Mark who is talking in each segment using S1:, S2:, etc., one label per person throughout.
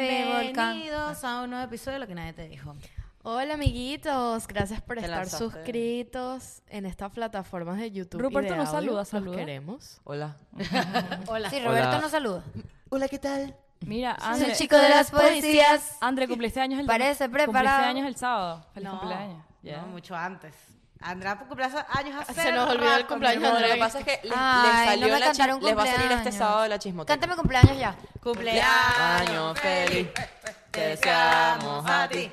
S1: acá.
S2: Bienvenidos a un nuevo episodio de Lo que nadie te dijo.
S1: Hola amiguitos, gracias por
S3: Te
S1: estar
S3: lanzaste.
S1: suscritos en estas plataformas de YouTube. y
S4: Ruperto
S1: de
S4: nos
S1: audio.
S4: saluda,
S1: Los
S4: saluda.
S1: queremos.
S3: Hola.
S2: Hola. Sí, Roberto
S3: Roberto Hola.
S2: nos
S3: nos
S2: saluda.
S3: Hola, ¿qué tal?
S4: Mira,
S5: Ah,
S2: Soy el
S4: André,
S2: chico de las poesías.
S4: André cumpliste años el
S2: Parece
S4: cumpliste
S2: preparado.
S4: años el sábado. Feliz cumpleaños. Ya.
S5: No, mucho antes. Andrá por cumpleaños años hace
S1: Se nos olvidó el
S5: rato, mi
S1: cumpleaños de
S3: No,
S5: amor.
S3: lo
S1: Andrea.
S3: que pasa es que les, les
S2: Ay,
S3: salió
S2: no me
S3: la chi-
S2: cantaron
S3: les va a salir este
S2: cumpleaños.
S3: sábado la chismoteca.
S2: Cántame cumpleaños ya.
S3: Cumpleaños feliz, te deseamos a ti.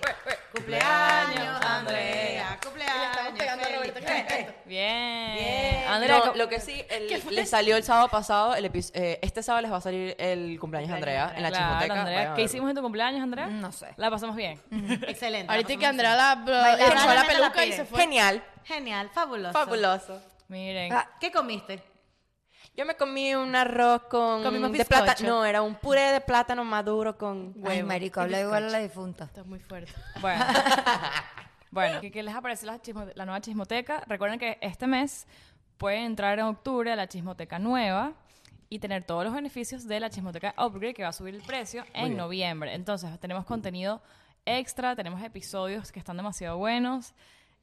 S5: Cumpleaños, Andrea. Cumpleaños. feliz.
S4: Bien.
S5: Bien.
S4: Andrea,
S3: No,
S4: co-
S3: lo que sí, el- les salió el sábado pasado, el epi- eh, este sábado les va a salir el cumpleaños de Andrea en la
S4: Claro,
S3: chismoteca.
S4: Andrea,
S3: vayan a
S4: ¿Qué
S3: verlo.
S4: hicimos en tu cumpleaños, Andrea?
S2: No sé. Mm.
S4: La pasamos bien.
S5: Excelente.
S1: Ahorita
S5: la
S1: que
S5: pasamos
S1: Andrea la, la,
S2: Bailar,
S1: echó la
S5: bailar,
S1: peluca
S5: la
S1: y se
S5: pide.
S1: fue.
S3: Genial,
S5: bien. Genial, fabuloso.
S3: fabuloso.
S4: Miren.
S2: Ah,
S5: ¿Qué comiste?
S3: Yo me comí un arroz con
S4: Comimos
S3: de plata-
S4: bizcocho.
S3: no, era un puré de plátano maduro con
S2: Ay,
S3: huevo.
S2: marico, habla igual a la difunta.
S1: Estás muy fuerte.
S4: Bueno. bueno, ¿qué, qué les ha parecido la, chismo- la nueva chismoteca? Recuerden que este mes pueden entrar en octubre a la chismoteca nueva y tener todos los beneficios de la chismoteca upgrade que va a subir el precio en noviembre. Entonces, tenemos contenido extra, tenemos episodios que están demasiado buenos.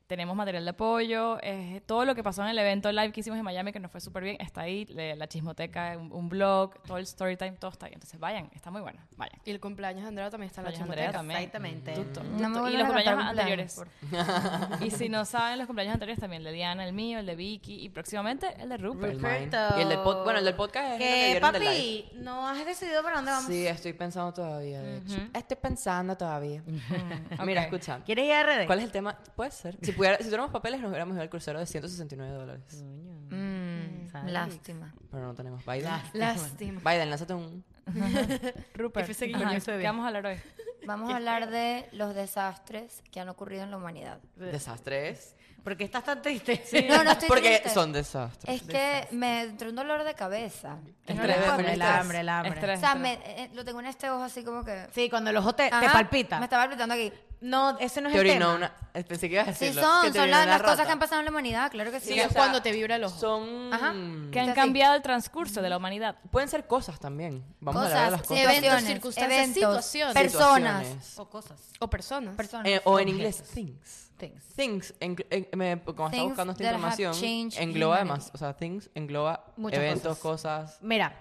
S4: Tenemos material de apoyo, eh, todo lo que pasó en el evento live que hicimos en Miami, que nos fue súper bien, está ahí, le- la chismoteca, un, un blog, todo el story time, todo está ahí. Entonces vayan, está muy buena, vayan.
S1: Y el cumpleaños de Andrea también está en la
S4: Cumpleaños de
S1: chismoteca.
S4: Andrea también.
S5: Exactamente.
S4: Duto,
S2: No
S4: duto.
S2: me
S4: y
S2: vuelvan
S4: los
S2: a
S4: cumpleaños
S2: cantar
S4: anteriores. y si no saben los cumpleaños anteriores también, el de Diana, el mío, el de Vicky y próximamente el de Rupert.
S3: Rupert. Y el del pod- bueno, el del podcast es lo que
S5: Que
S3: vieron del
S5: papi, no has decidido para dónde vamos.
S3: Sí, estoy pensando todavía, de hecho. Estoy pensando todavía. Mira,
S4: ok.
S3: escucha.
S5: ¿Quieres ir a RD?
S3: ¿Cuál es el tema? Puede ser. Si, pudiera, si tuviéramos papeles, nos hubiéramos ido al crucero de 169 dólares.
S2: Mm, lástima.
S3: Pero no tenemos. Biden.
S1: Lástima.
S3: Biden, lánzate un.
S4: Rupert.
S1: FSI,
S4: Ajá,
S1: coño,
S4: ¿Qué vamos a hablar hoy?
S2: Vamos a hablar de los desastres que han ocurrido en la humanidad.
S3: Desastres.
S5: ¿Por qué estás tan triste?
S2: No, no estoy
S3: Porque
S2: triste.
S3: son desastres.
S2: Es que me entró un dolor de cabeza. que no les
S3: Estrés,
S2: puedo
S3: estrés.
S2: explicar.
S5: hambre, el hambre.
S4: Estrés,
S2: O sea,
S4: estrés.
S2: me, eh, lo tengo en este ojo así como que...
S5: Sí, cuando el ojo te, te
S2: Ajá,
S5: palpita.
S2: Me está palpitando aquí.
S5: No, ese no es
S3: Te
S5: el tema.
S3: orinó una. eh, Pensé que ibas a
S2: Sí,
S3: decir.
S2: son, son la- las cosas que han pasado en la humanidad, claro que sí.
S1: Sí, es cuando te vibra el ojo.
S3: Son.
S2: Ajá.
S4: Que han
S2: Entonces,
S4: cambiado el transcurso de la humanidad.
S3: Pueden ser cosas también. Vamos a
S2: cosas,
S3: hablar de las cosas.
S2: situaciones,
S1: Eventos, circunstancias,
S2: eventos,
S1: situaciones.
S2: personas,
S3: Situaciones.
S5: O cosas.
S1: O personas.
S2: personas.
S3: Eh, o en inglés, things.
S5: Things.
S3: Things, en- en- me- como
S2: Things
S3: estaba buscando esta
S2: that have
S3: información,
S2: changed
S3: engloba
S2: humanity.
S3: además, o sea, things engloba
S5: Muchas
S3: eventos, cosas.
S5: Mira,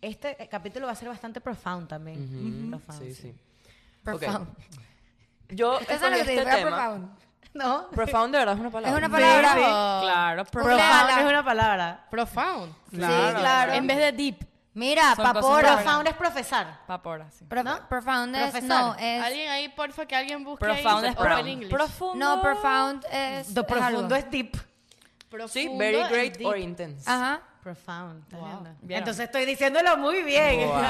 S5: este eh, capítulo va a ser bastante profound también. Profound,
S3: Sí,
S5: sí.
S3: sí.
S2: Profound.
S3: Yo
S2: Ustedes saben
S3: escogí
S2: lo que
S3: este
S2: significa
S3: tema.
S2: profound.
S5: ¿No?
S3: Profound de verdad es una palabra.
S2: Es una palabra.
S5: sí.
S4: Claro,
S2: Claro.
S5: Profound es una palabra.
S1: Profound.
S2: Sí, claro.
S1: En vez de deep.
S2: Mira,
S4: Son cosas
S2: papora.
S5: Profound es profesar.
S4: Papora, sí.
S2: Pro- Profound es...
S5: Profesor.
S2: No, es...
S1: Alguien ahí, porfa, que alguien busque
S4: Profound
S1: ahí,
S4: es
S1: o en
S4: pro-
S1: inglés.
S4: profundo.
S2: No, profound es...
S5: Lo profundo
S2: algo.
S5: es deep.
S3: Sí,
S1: Profundo
S3: very
S1: and
S3: great
S1: deep.
S3: or intense.
S2: Ajá.
S5: Profound. ¿estás
S1: Wow.
S5: viendo?
S4: Vieron.
S5: Entonces estoy diciéndolo muy bien.
S3: Wow.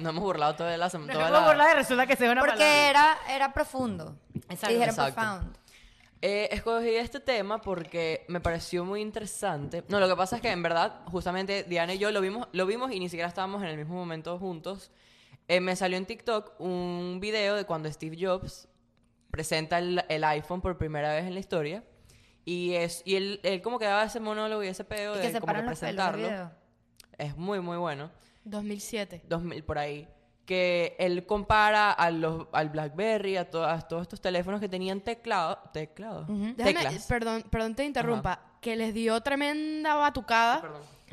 S3: Nos hemos burlado toda la semana.
S5: No me puedo burlar y resulta que sea una
S2: Porque
S5: palabra.
S2: era, era profundo.
S5: Exacto.
S2: Y dijeron
S3: Exacto.
S2: profound.
S3: Eh, escogí este tema porque me pareció muy interesante. No, lo que pasa es que en verdad, justamente Diana y yo lo vimos, lo vimos y ni siquiera estábamos en el mismo momento juntos. Eh, me salió en TikTok un video de cuando Steve Jobs presenta el, el iPhone por primera vez en la historia. Y, es, y él, él como que daba ese monólogo y ese pedo
S2: Y que
S3: de
S2: se
S3: como que
S2: paran los pelos del
S3: presentarlo.
S2: video.
S3: Es muy, muy bueno.
S1: 2007.
S3: 2000 por ahí, que él compara a los, al BlackBerry, a, to- a todos estos teléfonos que tenían teclado, teclado,
S1: Déjame- eh,
S3: teclas.
S1: perdón, perdón te interrumpa, que les dio tremenda batucada.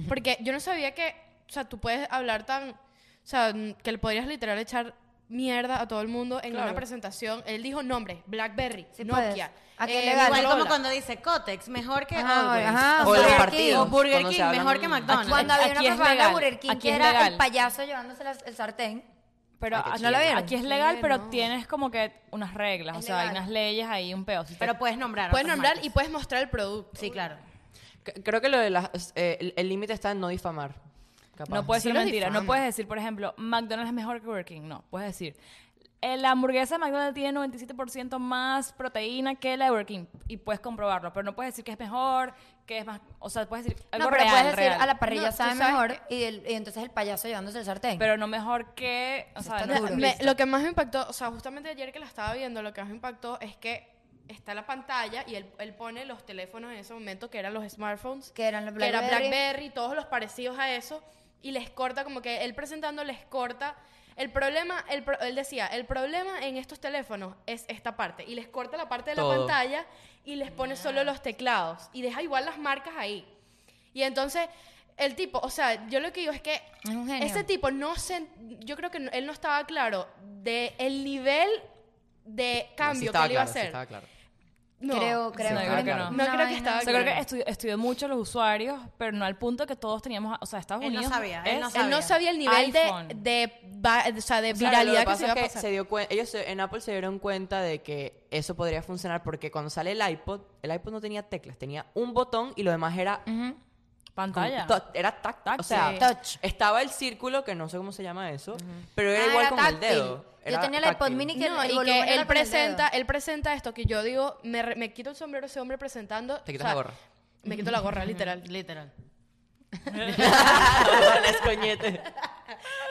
S1: Porque yo no sabía que, o sea, tú puedes hablar tan, o sea, n- que le podrías literal echar mierda a todo el mundo en una presentación. Él dijo nombre, BlackBerry,
S2: Sí
S1: Nokia.
S2: puedes. Aquí
S1: eh,
S2: legal.
S5: Igual como
S1: Motorola.
S5: cuando dice Cotex, mejor que
S2: Ajá,
S5: Always.
S2: ajá.
S3: O los
S2: Burger
S3: partidos.
S5: O Burger
S3: cuando se
S5: King,
S3: hablan-
S5: mejor que McDonald's.
S2: Cuando había
S4: Aquí
S2: una
S4: es
S2: propaganda de
S4: legal,
S2: Burger King
S4: aquí
S2: que
S4: es
S2: era el
S4: legal.
S2: payaso llevándose las- el sartén.
S4: Pero
S2: Ah, qué
S4: aquí,
S2: chido. ¿No la vieron?
S4: aquí es legal,
S1: Sí,
S4: pero
S1: no.
S4: tienes como que unas reglas,
S2: Es
S4: o sea, hay
S2: legal.
S4: unas leyes ahí, un pedo. Si te-
S5: Pero puedes nombrar.
S1: Puedes
S5: otras
S1: nombrar
S5: marcas.
S1: y puedes mostrar el producto.
S5: Sí, claro.
S3: C- Creo que lo de las, eh, el- el límite está en no difamar. capaz.
S4: No puede
S1: Sí
S4: ser
S1: los
S4: mentira. No
S1: difaman.
S4: puedes decir, por ejemplo, McDonald's es mejor que Burger King. No, puedes decir, eh, la hamburguesa de McDonald's tiene 97% más proteína que la de Burger King. Y puedes comprobarlo, pero no puedes decir que es mejor, que es más... O sea, puedes decir algo
S2: No, pero
S4: real,
S2: puedes decir
S4: real.
S2: a la parrilla
S1: No, tú
S2: sabe
S1: sabes
S2: mejor y, el- y entonces el payaso llevándose el sartén.
S4: Pero no mejor que... O sea,
S2: está
S4: no-
S1: Me-
S2: duro.
S1: me- lo que más me impactó, o sea, justamente ayer que la estaba viendo, lo que más me impactó es que está la pantalla y él, él pone los teléfonos en ese momento que eran los smartphones.
S2: Que eran los
S1: Que era
S2: Blackberry.
S1: Blackberry, todos los parecidos a eso. Y les corta, como que él presentando les corta El problema, el pro- él decía, el problema en estos teléfonos es esta parte. Y les corta la parte de la
S3: Todo.
S1: pantalla y les pone solo los teclados. Y deja igual las marcas ahí. Y entonces, el tipo, o sea, yo lo que digo es que
S2: Es un genio.
S1: este tipo no se. Yo creo que no- él no estaba claro de el nivel de cambio que
S3: estaba
S1: él iba a
S3: claro, sí
S1: hacer.
S3: estaba claro.
S1: No.
S2: Creo, creo,
S4: no, creo que no.
S1: No creo que estaba
S4: O sea, creo
S1: claro.
S4: que estudió, estudió mucho los usuarios, pero no al punto que todos teníamos, o sea, Estados
S5: Él no
S4: Unidos
S5: sabía, él
S4: es-
S5: no
S1: Él no sabía el nivel de,
S4: iPhone.
S1: de, va- o sea, de
S3: Claro, lo
S1: viralidad que,
S3: pasa
S1: se iba a
S3: es
S1: pasar.
S3: se dio cuen- ellos se- en Apple se dieron cuenta de que eso podría funcionar porque cuando sale el iPod, el iPod no tenía teclas, tenía un botón y lo demás era como-
S4: pantalla.
S3: to- era táctil, o sea,
S4: Táctil.
S2: Touch.
S3: estaba el círculo que no sé cómo se llama eso, pero
S2: Ah,
S3: era
S2: era
S3: igual como el
S2: táctil.
S3: dedo.
S2: Yo
S3: era
S2: tenía el iPod
S3: táctil.
S2: mini que
S1: No,
S2: el
S1: y
S2: volumen
S1: que
S2: era
S1: él
S2: con el dedo.
S1: presenta, él presenta esto que yo digo, me, re- me quito el sombrero ese hombre presentando.
S3: Te
S1: o
S3: quitas
S1: sea,
S3: la gorra.
S1: Me quito la gorra, literal.
S5: Literal.
S3: Les coñete.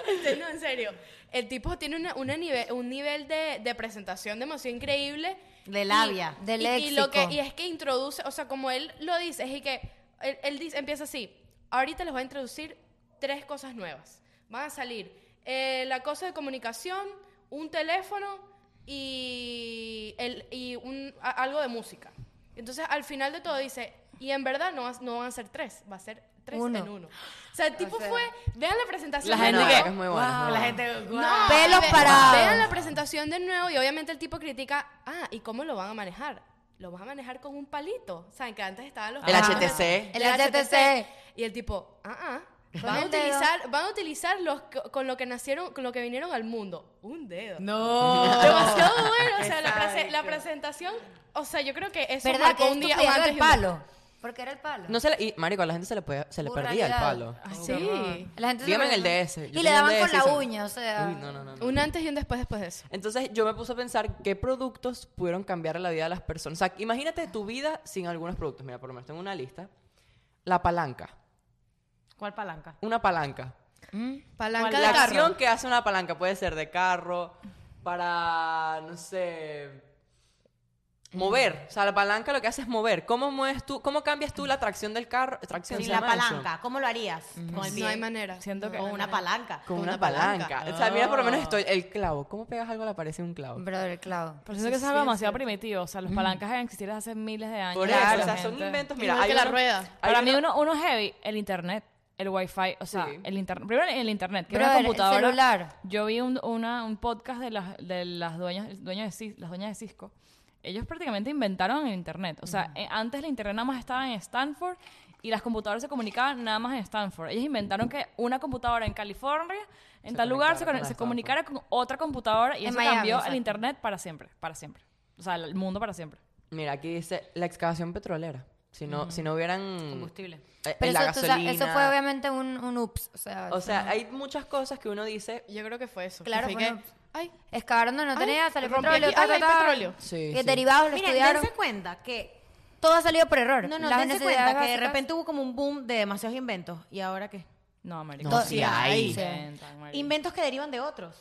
S1: Este, no, en serio. El tipo tiene una, una nive- un nivel de, de presentación de emoción increíble.
S5: De labia.
S2: De
S1: y, y lo que
S2: léxico.
S1: y es que introduce, o sea, como él lo dice, es y que él, él dice, empieza así. Ahorita les voy a introducir tres cosas nuevas. Van a salir eh, la cosa de comunicación, un teléfono y, el, y un, a- algo de música. Entonces, al final de todo dice, y en verdad no, va- no van a ser tres, va a ser tres
S2: Uno.
S1: en uno. O sea, el tipo
S2: sea-
S1: fue, vean la presentación.
S4: La
S1: de
S4: gente
S1: nuevo.
S4: que-
S3: es muy bueno. es muy
S5: La
S3: bueno.
S5: gente.
S1: No,
S2: Pelos
S1: ve-
S2: parados.
S1: Vean la presentación de nuevo y obviamente el tipo critica, ah, ¿y cómo lo van a manejar? Lo vas a manejar con un palito. Saben que antes estaban los
S3: El
S1: palos.
S3: HTC.
S2: El HTC.
S1: Y el tipo, ah, ah.
S2: Con
S1: Van a,
S2: el dedo.
S1: utilizar, van a utilizar los co- con lo que nacieron, con lo que vinieron al mundo. Un dedo.
S5: No.
S1: Demasiado bueno. O sea, la, prese- la presentación, o sea, yo creo que eso
S2: ¿Verdad que
S1: marcó
S2: es
S1: un día un
S2: era
S1: antes
S2: el
S1: y un-
S2: palo? Porque era el palo.
S3: No se le- y marico, a la gente se le, podía- se le
S2: Burra
S3: perdía el
S2: ligada.
S3: palo.
S1: Ah, sí.
S2: La gente se
S3: Dígame
S2: lo-
S3: en el DS, yo
S2: Y
S3: tenía
S2: le
S3: un
S2: daban
S3: DS
S2: con
S3: y
S2: la
S3: se-
S2: uña, o sea.
S3: Uy, no, no, no, no.
S1: Un antes y un después después de eso.
S3: Entonces yo me puse a pensar qué productos pudieron cambiar la vida de las personas. O sea, imagínate tu vida sin algunos productos. Mira, por lo menos tengo una lista. La palanca.
S5: ¿Cuál palanca?
S3: Una palanca.
S1: Palanca
S3: la
S1: de carro.
S3: acción que hace una palanca puede ser de carro, para, no sé, mover. O sea, la palanca lo que hace es mover. ¿Cómo mueves tú? ¿Cómo cambias tú la tracción del carro? Tracción,
S5: Sin
S3: se
S5: la
S3: llama eso.
S5: palanca. ¿Cómo lo harías? Con el pie.
S1: No hay manera.
S4: Siento que
S5: Con una palanca.
S3: Con una palanca. O sea, mira, por lo menos estoy el clavo. ¿Cómo pegas algo a la pared sin un clavo?
S2: Brother, el clavo.
S4: Pero siento que es algo demasiado primitivo. O sea, los palancas deben existir desde hace miles de años.
S3: Por
S4: La
S3: eso, o sea, son
S4: gente-
S3: inventos. Mira,
S1: Igual
S3: hay
S1: que la
S3: uno-
S1: rueda.
S3: hay
S4: Para mí
S3: uno-
S4: uno, uno heavy, el internet, el wifi, o sea,
S3: Sí.
S4: el internet. Primero el internet, que era una
S2: Brother, el
S4: computadora.
S2: celular.
S4: Yo vi un, una- un podcast de las, de las dueñas, el dueño de, Cis- las dueñas de Cisco. Ellos prácticamente inventaron el internet. O sea, eh, antes el internet nada más estaba en Stanford y las computadoras se comunicaban nada más en Stanford. Ellos inventaron que una computadora en California, en
S3: Se
S4: tal lugar, se,
S3: conectara con
S4: con-
S3: la
S4: se
S3: de
S4: comunicara con otra computadora y
S2: En
S4: eso
S2: Miami,
S4: cambió el
S2: exacto.
S4: internet para siempre, para siempre. O sea, el mundo para siempre.
S3: Mira, aquí dice la excavación petrolera. Si no, si no hubieran...
S5: Combustible.
S3: eh,
S2: Pero
S3: la
S2: eso, tú sabes,
S3: gasolina.
S2: eso fue obviamente un, un ups. O sea,
S3: O sea, hay muchas cosas que uno dice...
S1: Yo creo que fue eso.
S2: Claro,
S1: Fue
S2: fue
S1: que,
S2: una-
S1: ay,
S2: excavaron donde no
S1: Ay,
S2: tenía, salió
S1: rompí
S2: petróleo.
S1: aquí.
S2: ta,
S1: Ay,
S2: ta,
S1: hay
S2: ta.
S1: petróleo.
S3: Sí,
S2: Que
S3: sí.
S2: derivados lo
S5: Miren,
S2: estudiaron.
S5: dense cuenta que.
S2: Todo ha salido por error.
S5: No, no,
S2: Las
S5: dense
S2: necesidades
S5: cuenta que de
S2: básicas-
S5: repente hubo como un boom de demasiados inventos. ¿Y ahora qué?
S4: No, marico.
S3: No,
S2: To-
S3: sí hay.
S2: Sí.
S4: Inventan, marico.
S5: Inventos que derivan de otros.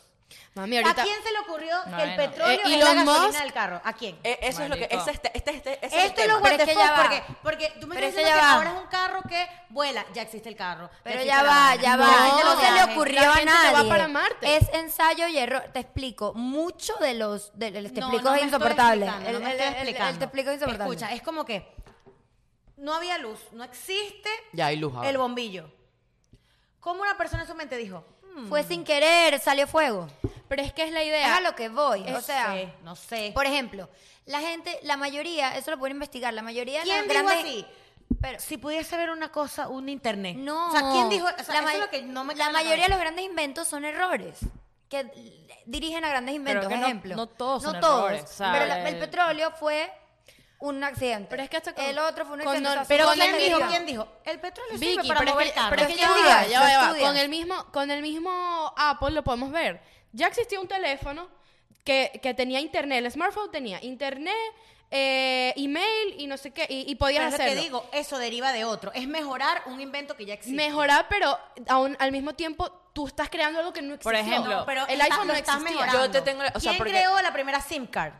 S1: mami, ahorita.
S5: ¿A quién se le ocurrió
S4: No,
S5: que el
S4: no.
S5: petróleo
S1: Eh,
S5: es la
S1: Elon
S5: gasolina
S1: Musk.
S5: del carro? ¿A quién?
S3: Eh, eso es lo que...
S4: Marico.
S3: Ese, este, este, este, ese es el
S5: Esto es
S3: tema.
S5: lo
S2: Pero
S5: what
S2: es
S5: the
S2: que
S5: fuck,
S2: ya va.
S5: porque, porque tú me estás
S2: Pero es que
S5: diciendo que,
S2: ya va.
S5: ahora es un carro que vuela, ya existe el carro.
S2: Pero
S5: existe la
S2: ya va,
S5: vaina.
S2: ya va.
S1: No,
S2: esto no se
S1: la
S2: le
S1: gente-
S2: ocurrió
S1: la
S2: a
S1: gente se
S2: nadie.
S1: va para Marte.
S2: Es ensayo y error. Te explico. Mucho de los. de- te
S5: No,
S2: explico,
S5: no me
S2: es
S5: estoy
S2: insoportable.
S5: explicando,
S2: El-
S5: no me
S2: el-
S5: estoy
S2: el- el-
S5: explicando.
S2: te explico es insoportable.
S5: Escucha, es como que no había luz, no existe
S3: Ya hay luz ahora.
S5: el bombillo. ¿Cómo una persona en su mente dijo? "Mm,
S2: Fue sin querer, salió fuego.
S1: Pero es que es la
S2: Es
S1: idea.
S2: a lo que voy.
S5: no
S2: o sea.
S5: sé, no sé.
S2: Por ejemplo, la gente, la mayoría, eso lo pueden investigar, la mayoría de
S5: ¿Quién
S2: las
S5: dijo
S2: grandes...
S5: así?
S2: Pero,
S5: Si pudiese ver una cosa, un internet.
S2: no.
S5: O sea, ¿quién dijo? O sea,
S2: La
S5: eso
S2: may-
S5: es lo que no me
S2: La
S5: cabe en
S2: mayoría de los
S5: cabeza.
S2: grandes inventos son errores que l- dirigen a grandes inventos,
S4: que no-
S2: ejemplo.
S4: no todos son errores, o sea,
S2: pero la- el
S4: el-
S2: petróleo fue un accidente.
S1: Pero es que hasta con-
S2: el otro fue un
S1: con
S2: accidente.
S1: Nor-
S2: o sea,
S1: pero
S2: son
S1: con
S2: cosas
S5: ¿Quién
S1: el
S5: dijo?
S2: que
S1: mismo-
S2: digan.
S5: ¿ Quién dijo? El petróleo
S1: Vicky,
S5: sirve para
S1: pero
S5: mover
S1: es que,
S5: carros.
S1: pero es
S2: Lo
S1: que ya
S2: estudias,
S1: va, ya
S2: lo
S1: va, ya va.
S2: estudias.
S1: Con el mismo, con el mismo Apple lo podemos ver. Ya existía un teléfono que, que tenía internet, el smartphone tenía internet, eh, email y no sé qué, y, y podías
S5: Pero es lo que
S1: hacerlo.
S5: digo, eso deriva de otro. Es mejorar un invento que ya existe.
S1: Mejorar, pero aún- al mismo tiempo tú estás creando algo que no existió.
S4: Por ejemplo, No,
S5: pero
S1: el
S5: está-
S1: iPhone
S5: lo
S1: no
S5: estás
S1: existía.
S5: mejorando.
S3: Yo te tengo la- o sea,
S5: ¿Quién
S3: porque-
S5: creó la primera SIM card?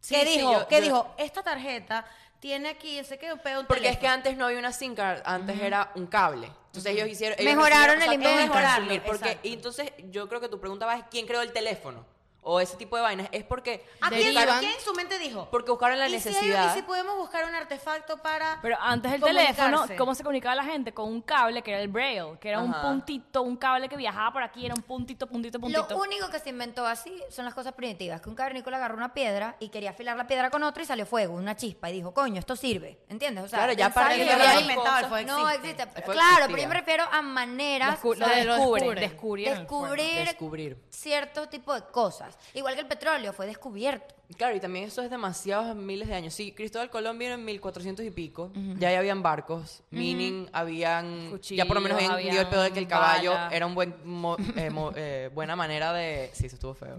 S3: Sí,
S5: ¿Qué
S3: sí,
S5: dijo?
S3: yo-
S5: ¿Qué
S3: yo-
S5: dijo? Esta tarjeta tiene aquí, yo sé que pego un
S3: Porque es que
S5: teléfono.
S3: antes no había una SIM card, antes era un cable. Entonces ellos hicieron. ellos
S2: Mejoraron
S3: decidieron,
S2: el
S3: todo es
S2: invento.
S3: consumir,
S5: Mejorarlo,
S3: Porque,
S5: exacto.
S3: y entonces yo creo que tu pregunta va es: ¿quién creó el teléfono? O ese tipo de vainas. Es porque.
S5: ¿A quién,
S1: Derivan-
S5: quién en su mente dijo?
S3: Porque buscaron la
S5: ¿Y si hay-
S3: necesidad.
S5: ¿Y si podemos buscar un artefacto para
S4: Pero antes del
S5: comunicarse?
S4: teléfono, ¿cómo se comunicaba la gente? Con un cable que era el braille, que era un
S3: Ajá.
S4: puntito, un cable que viajaba por aquí, era un puntito, puntito, puntito.
S2: Lo único que se inventó así son las cosas primitivas. Que un cavernícola agarró una piedra y quería afilar la piedra con otra y salió fuego, una chispa. Y dijo, coño, esto sirve. ¿Entiendes? O sea,
S3: Claro, ya
S2: pensar
S3: para
S2: que
S5: que
S3: que
S5: lo
S2: de
S5: habían
S2: ahí-
S5: inventado, el fuego
S2: No
S5: existe.
S2: existe.
S3: El
S2: pero-
S3: fuego
S2: Claro,
S3: existía.
S2: pero yo me refiero a maneras
S4: Descu- lo
S1: lo
S4: descubren,
S1: descubren.
S4: descubrieron. el fuego.
S2: descubrir,
S3: Descubrir.
S2: cierto tipo de cosas. Igual que el petróleo fue descubierto.
S3: Claro, y también eso es demasiados miles de años. Sí, Cristóbal Colón vino en 1400 y pico. Ya ahí habían barcos, meaning, habían. ya por lo menos
S4: Cuchillos,
S3: habían entendido el
S4: habían
S3: pedo de que el caballo
S4: balas.
S3: era un buen mo- eh, mo- eh, buena manera de. Sí, eso estuvo feo.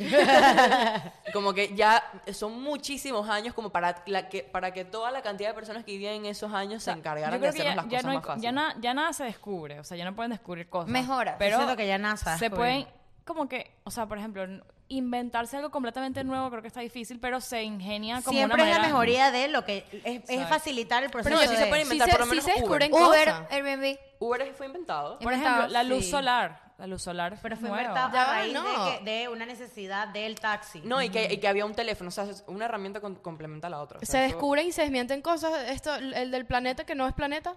S3: como que ya son muchísimos años como para, la que, para que toda la cantidad de personas que vivían en esos años se encargaran de
S4: Yo creo que
S3: hacernos las
S4: ya, ya
S3: cosas
S4: no hay
S3: más
S4: co-
S3: fáciles.
S4: ya, na- ya nada se descubre, o sea, ya no pueden descubrir cosas.
S2: Mejoras.
S4: Pero
S5: Yo siento que ya nada se va a
S4: se
S5: descubrir.
S4: pueden, como que, o sea, por ejemplo, n- inventarse algo completamente nuevo creo que está difícil, pero se ingenia como
S5: Siempre es
S4: una
S5: la
S4: manera-
S5: mejoría de lo que es, es facilitar el proceso
S1: Pero
S3: sí se
S5: de-
S3: pueden
S1: sí
S3: inventar
S1: se-
S3: por lo
S1: sí
S3: menos
S1: se descubren
S3: Uber.
S2: Uber,
S1: Cosa.
S2: Airbnb.
S3: Uber fue inventado.
S4: Por ejemplo, la luz
S1: Sí.
S4: solar. La luz solar.
S5: Pero fue
S4: nueva.
S5: inventado
S1: Ya
S5: a
S1: va,
S5: raíz
S1: no.
S5: de, que- de una necesidad del taxi.
S3: No, y que, y que había un teléfono. O sea, es una herramienta con- complementa a la otra. O sea,
S1: Se
S3: eso-
S1: descubren y se desmienten cosas. Esto, el del planeta que no es planeta,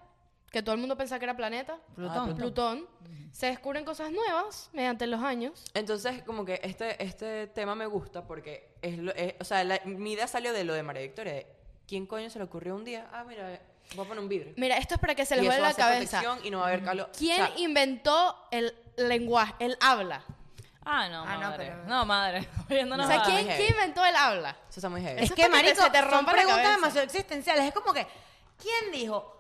S1: que todo el mundo pensaba que era planeta,
S5: Plutón.
S3: Ah,
S1: Plutón. Se descubren cosas nuevas mediante los años.
S3: Entonces, como que este, este tema me gusta porque es lo, es- o sea, la- mi idea salió de lo de María Victoria. de ¿Quién coño se le ocurrió un día? Ah, mira, voy a poner un vidrio.
S1: Mira, esto es para que se les
S3: y eso
S1: vuele
S3: va
S1: la
S3: a ser
S1: cabeza.
S3: protección y no va a haber calor.
S1: ¿Quién
S3: O sea,
S1: inventó el lenguaje, el habla?
S4: Ah, no,
S2: Ah, no,
S4: madre. No,
S2: pero-
S4: madre. Oyéndonos
S1: o sea,
S4: a-
S3: muy
S1: ¿quién,
S3: heavy.
S1: ¿quién inventó el habla?
S3: eso está muy heavy.
S5: Es
S1: Eso
S5: que,
S1: es para que
S5: marico,
S1: te- se te
S5: son
S1: rompa la
S5: preguntas
S1: cabeza.
S5: demasiado existenciales. Es como que, ¿quién dijo?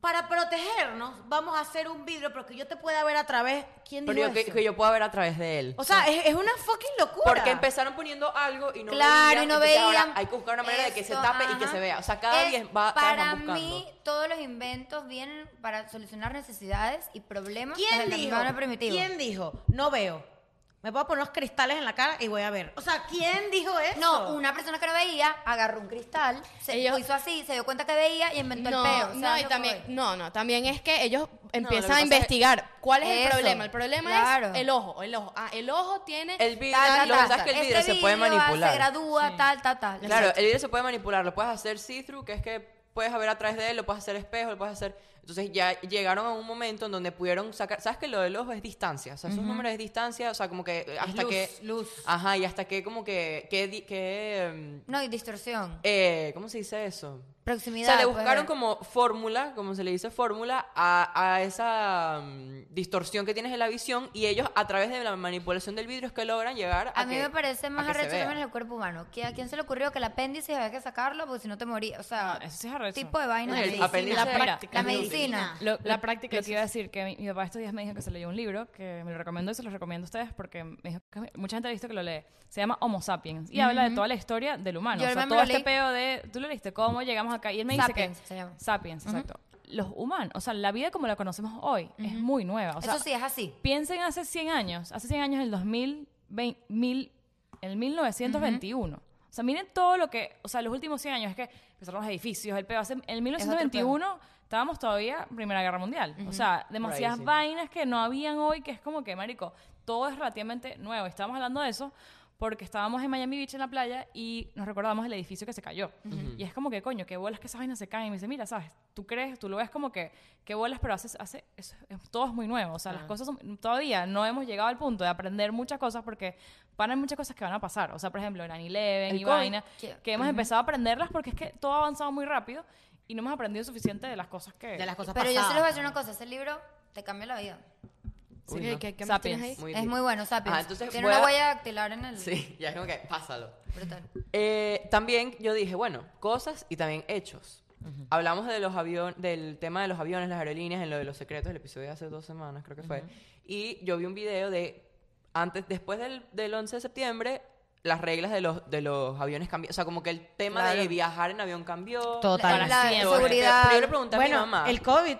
S5: Para protegernos, vamos a hacer un vidrio, pero que yo te pueda ver a través. ¿Quién
S3: Pero
S5: dijo
S3: yo que,
S5: eso?
S3: que yo pueda ver a través de él.
S5: O sea, es, es una fucking locura.
S3: Porque empezaron poniendo algo y no
S2: claro,
S3: veían,
S2: y no
S3: entonces
S2: veían.
S3: ahora hay que buscar una manera de que se
S2: Eso,
S3: tape y que
S2: ajá.
S3: se vea. O sea, cada
S2: Es-
S3: día va cada vez
S2: Para
S3: van buscando.
S2: mí, todos los inventos vienen para solucionar necesidades y problemas
S5: ¿Quién
S2: desde el
S5: dijo?
S2: humano primitivo.
S5: ¿Quién dijo? No veo. Me puedo poner los cristales en la cara y voy a ver. O sea, ¿quién dijo eso?
S2: No, una persona que no veía agarró un cristal, se
S1: Ellos-
S2: hizo así, se dio cuenta que veía y inventó
S1: No,
S2: el peo. ¿sabes
S1: no, y
S2: lo que
S1: también,
S2: voy?
S1: no, no, también es que ellos empiezan
S3: pasa
S1: a
S3: es-
S1: investigar cuál es el
S2: Eso,
S1: problema. El problema
S2: claro.
S1: es el ojo, el ojo. Ah, el ojo tiene
S3: El vidrio,
S2: Tal,
S3: lo
S2: tal,
S3: que pasa es
S2: tal.
S3: que el
S2: Este
S3: vidrio se puede
S2: vidrio, ah,
S3: manipular.
S2: Se gradúa, tal, tal, tal.
S3: Claro, el vidrio se puede manipular, lo puedes hacer see-through, que es que puedes ver a través de él, lo puedes hacer espejo, lo puedes hacer... Entonces ya llegaron a un momento en donde pudieron sacar... ¿Sabes que lo del ojo es distancia? O sea, esos números es distancia, o sea, como que eh, hasta
S5: luz,
S3: que...
S5: luz.
S3: Ajá, y hasta que como que... que, di- que, em,
S2: No, y distorsión.
S3: eh, ¿Cómo se dice eso?
S2: Proximidad.
S3: o sea, le
S2: pues,
S3: buscaron
S2: de-
S3: como fórmula, como se le dice fórmula, a, a esa mm, distorsión que tienes en la visión y ellos a través de la manipulación del vidrio es que logran llegar a
S2: A mí
S3: que-
S2: me parece
S3: a
S2: más
S3: que se
S2: arrecho que
S3: vea.
S2: en el cuerpo humano. ¿Que ¿A quién se le ocurrió que el apéndice había que sacarlo porque si no te morías? O sea,
S4: No, eso sí es arrecho.
S2: tipo de vaina.
S3: No, el
S2: así.
S3: apéndice
S4: La
S3: era-
S4: práctica.
S2: La medicina.
S4: Lo-
S1: La
S4: lo-
S1: práctica
S4: Lo
S1: es-
S4: que iba a decir, que mi, mi papá estos días me dijo que se leyó un libro, que me lo recomiendo y se los recomiendo a ustedes porque me dijo que mucha gente ha visto que lo lee. Se llama Homo Sapiens y habla de toda la historia del humano.
S2: Yo
S4: o sea,
S2: me lo
S4: todo este
S2: leí.
S4: peo de, tú lo leíste, cómo llegamos acá. Y él me
S2: Sapiens
S4: dice que...
S2: se llama.
S4: Sapiens, exacto. Los humanos, o sea, la vida como la conocemos hoy es muy nueva. O sea,
S2: Eso sí es así.
S4: piensen hace 100 años, hace 100 años, el 2020, mil, el 1921. O sea, miren todo lo que, o sea, los últimos 100 años es que empezaron los edificios, el peo. Hace, en 1921 estábamos todavía en Primera Guerra Mundial. O sea, demasiadas
S3: Crazy.
S4: vainas que no habían hoy, que es como que, marico, todo es relativamente nuevo. Estábamos hablando de eso porque estábamos en Miami Beach en la playa y nos recordamos el edificio que se cayó. Y es como que, coño, qué bolas que esas vainas se caen. Y me dice, mira, ¿sabes? Tú crees, tú lo ves como que, qué bolas, pero haces, hace, eso es- todo es muy nuevo. O sea, las cosas son- todavía no hemos llegado al punto de aprender muchas cosas porque van a haber muchas cosas que van a pasar. O sea, por ejemplo, en 9-11
S3: El
S4: y
S3: COVID.
S4: vaina,
S2: Que-
S4: que hemos empezado a aprenderlas porque es que todo ha avanzado muy rápido y no hemos aprendido suficiente de las cosas que...
S5: De las cosas
S2: Pero yo sí les
S5: pasadas.
S2: voy a decir una cosa. Ese libro te cambia la vida.
S1: Sí,
S3: Uy,
S1: ¿qué-
S3: no.
S1: qué- qué más
S4: Sapiens.
S1: tienes ahí?
S3: Muy
S2: es
S3: deep.
S2: muy bueno, Sapiens.
S3: Ah, entonces
S2: Tiene
S3: voy
S2: una
S3: a-
S2: huella dactilar en el...
S3: Sí, ya es como que pásalo.
S2: Brutal.
S3: Eh, también yo dije, bueno, cosas y también hechos. Hablamos de los avión, del tema de los aviones, las aerolíneas, en lo de los secretos, el episodio de hace dos semanas creo que fue. Y yo vi un video de, antes, después del, del 11 de septiembre, las reglas de los, de los aviones cambiaron. O sea, como que el tema de viajar en avión cambió.
S5: Total.
S2: La,
S4: Para
S2: la
S4: siempre.
S2: seguridad.
S3: Pero yo le pregunté a mi
S5: Bueno,
S3: mamá.
S5: el COVID.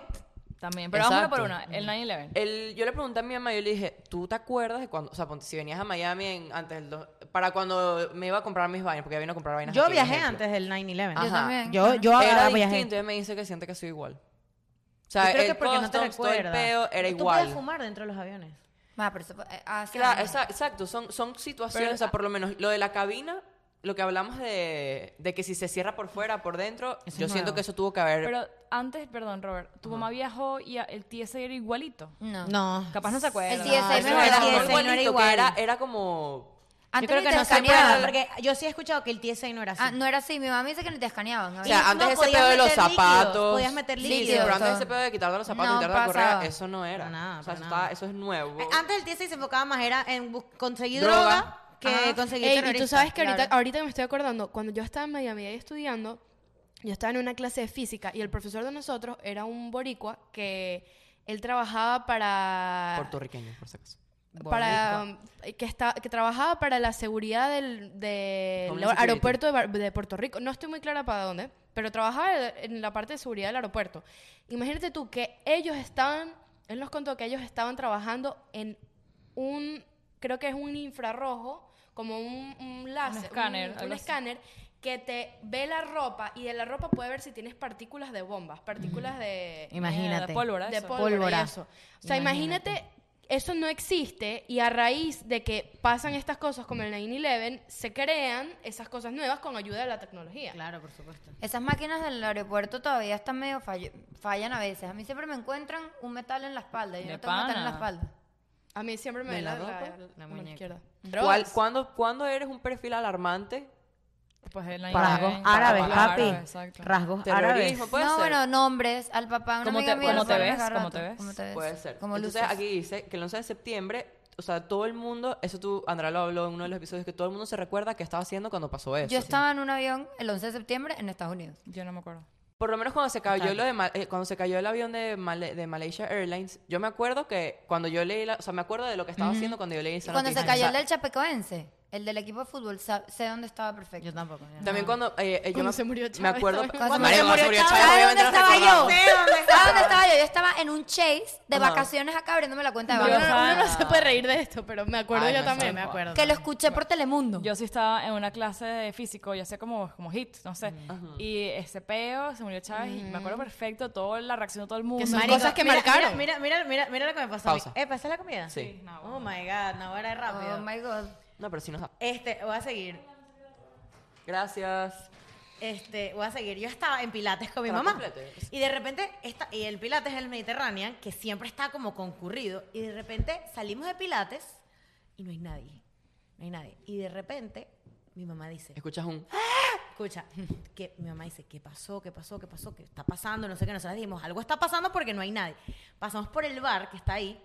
S4: También, pero vamos una por una.
S3: Exacto. Eh,
S4: El 9-11.
S3: El- yo le pregunté a mi mamá, yo le dije, ¿tú te acuerdas de cuando, o sea, ponte, si venías a Miami en- antes del, do- para cuando me iba a comprar mis vainas, porque ya vino a comprar vainas.
S5: Yo
S3: aquí,
S5: viajé
S3: ejemplo.
S5: antes del 9-11.
S3: Ajá.
S5: Yo, yo
S3: Era
S5: ahora viajé.
S3: distinto, ella me dice que siente que soy igual. O
S5: Yo
S3: sea,
S5: creo
S3: el
S5: que porque no te
S3: customs, todo el
S5: recuerdas.
S3: peo era
S5: Tú
S3: igual.
S5: puedes fumar dentro de los aviones.
S2: Ah, pero eso fue- eh, hace
S3: Claro,
S2: años.
S3: exa- exacto, son, son situaciones, o sea, por lo menos lo de la cabina, lo que hablamos de, de que si se cierra por fuera, por dentro,
S5: Eso es
S3: yo siento
S5: nuevo.
S3: que eso tuvo que haber...
S4: Pero antes, perdón, Robert, tu mamá viajó y a- el TSA era igualito.
S2: No.
S5: No.
S4: Capaz no se acuerda.
S2: Mm. El TSA
S3: Eso
S2: no era
S3: era
S2: así,
S3: algo
S2: ese no era
S3: igualito, que
S2: igual.
S3: era, era como...
S2: Antes
S5: yo creo
S2: ni
S5: que
S2: te
S5: no se
S2: escaneaban.
S5: acuerda, porque yo sí he escuchado que el TSA no era así.
S2: Ah, no era así, mi mamá me dice que no te escaneaban. a
S3: O
S2: ver.
S3: sea,
S5: no,
S3: antes ese
S5: podías
S3: pedo de los
S5: meter líquidos,
S3: zapatos...
S5: podías meter
S3: Sí, Sí,
S2: líquidos,
S3: pero antes
S2: todo.
S3: ese pedo de quitarle los zapatos,
S2: No
S3: quitarle la
S2: pasaba.
S3: correa, eso no era.
S5: Para nada,
S3: o sea,
S5: para
S3: eso,
S5: nada.
S3: estaba- eso es nuevo.
S5: Eh, Antes el TSA se enfocaba más era en bus- conseguir
S3: Droga.
S5: droga, que
S2: Ajá.
S5: conseguir
S1: Ah, Ey, y tú sabes que ahorita,
S2: claro.
S1: ahorita que me estoy acordando, cuando yo estaba en Miami ahí estudiando, yo estaba en una clase de física y el profesor de nosotros era un boricua que él trabajaba para...
S3: Puertorriqueño, por si acaso.
S1: para um, que está que trabajaba para la seguridad del del
S3: Homeland Security.
S1: aeropuerto de, Bar- de Puerto Rico no estoy muy clara para dónde pero trabajaba en la parte de seguridad del aeropuerto imagínate tú que ellos estaban él nos contó que ellos estaban trabajando en un creo que es un infrarrojo como un, un láser
S4: escáner,
S1: un,
S4: algo así.
S1: escáner que te ve la ropa y de la ropa puede ver si tienes partículas de bombas partículas de
S4: Mierda,
S5: Imagínate.
S4: Eh, pólvora,
S1: de
S4: eso.
S1: pólvora, y
S5: Pólvora.
S1: eso. O sea, imagínate. eso no existe y a raíz de que pasan estas cosas como el 9-11, se crean esas cosas nuevas con ayuda de la tecnología.
S5: Claro, por supuesto.
S2: Esas máquinas del aeropuerto todavía están medio fallo- fallan a veces. A mí siempre me encuentran un metal en la espalda. Yo
S4: De
S2: no tengo metal en
S4: pana.
S2: la espalda.
S1: A mí siempre me
S3: ¿De
S1: da
S3: la ropa?
S5: La
S1: mano
S5: muñeca.
S1: izquierda.
S3: ¿Cuál- cuándo, ¿Cuándo eres un perfil alarmante?
S4: Pues el
S5: Rasgos
S4: 9/11,
S5: árabes,
S4: para-
S5: papi.
S4: árabes, exacto.
S5: Rasgos árabes.
S3: Terrorismo, puede
S2: no,
S3: ser.
S2: bueno, nombres. Al papá, una
S4: ¿Cómo
S2: amiga
S4: te-
S2: mía,
S4: cómo
S2: lo
S4: te
S2: sacaron
S4: ves?
S2: a cada
S4: ¿Cómo te
S2: rato.
S4: ves?
S2: ¿Cómo te ves?
S3: Puede ser.
S2: Como
S3: Entonces
S2: luces.
S3: aquí dice que el 11 de septiembre, o sea, todo el mundo, eso tú, Andrea lo habló en uno de los episodios, que todo el mundo se recuerda que estaba haciendo cuando pasó eso.
S2: Yo estaba en un avión el 11 de septiembre en Estados Unidos.
S4: Yo no me acuerdo.
S3: Por lo menos cuando se cayó, lo de, Ma- eh, cuando se cayó el avión de, Male- de Malaysia Airlines, yo me acuerdo que cuando yo leí, la, o sea, me acuerdo de lo que estaba haciendo cuando yo leí
S2: Y
S3: esa
S2: cuando
S3: noticia.
S2: se cayó
S3: O
S2: el
S3: sea,
S2: del Chapecoense, el del equipo de fútbol, sa- sé dónde estaba perfecto.
S5: Yo tampoco. mira.
S3: También cuando, eh, eh, yo
S1: Cuando
S3: me,
S1: se murió
S3: me
S1: Chávez,
S3: acuerdo.
S1: también.
S2: Cuando
S3: Marico,
S2: se murió Chávez, ¿dónde
S3: obviamente lo
S2: estaba
S3: recordamos.
S2: yo? ¿Sabes dónde estaba yo? Yo estaba en un chase de
S3: Ajá.
S2: vacaciones acá abriéndome la cuenta de
S1: Yo
S4: Yo
S1: no,
S2: banco.
S4: no-
S1: uno no se puede reír de esto, pero me acuerdo
S3: Ay,
S1: yo
S3: no,
S1: también.
S3: sabe.
S5: me acuerdo.
S2: Que lo escuché por Telemundo.
S4: Yo sí estaba en una clase de físico, yo hacía como, como hit, no sé. Y ese peo, se murió Chávez y me acuerdo perfecto toda la reacción de todo el mundo.
S1: Que son cosas que
S5: mira,
S1: marcaron.
S5: Mira, mira, mira, mira lo que me pasó.
S3: Pausa.
S5: A mí. Eh, ¿pasé la comida?
S3: Sí.
S5: oh my God, no, ahora es rápido.
S2: Oh my god.
S3: No, pero sí nos da.
S5: Este, voy a seguir.
S3: Gracias.
S5: Este, voy a seguir. Yo estaba en Pilates con mi
S3: Estaba
S5: mamá.
S3: completo.
S5: Y de repente, esta, y el Pilates es el Mediterráneo, que siempre está como concurrido. Y de repente salimos de Pilates y no hay nadie. No hay nadie. Y de repente, mi mamá dice,
S3: Escuchas un.
S5: escucha, que mi mamá dice, ¿qué pasó? ¿Qué pasó? ¿Qué pasó? ¿Qué está pasando? No sé qué, nosotros dijimos, algo está pasando porque no hay nadie. Pasamos por el bar que está ahí,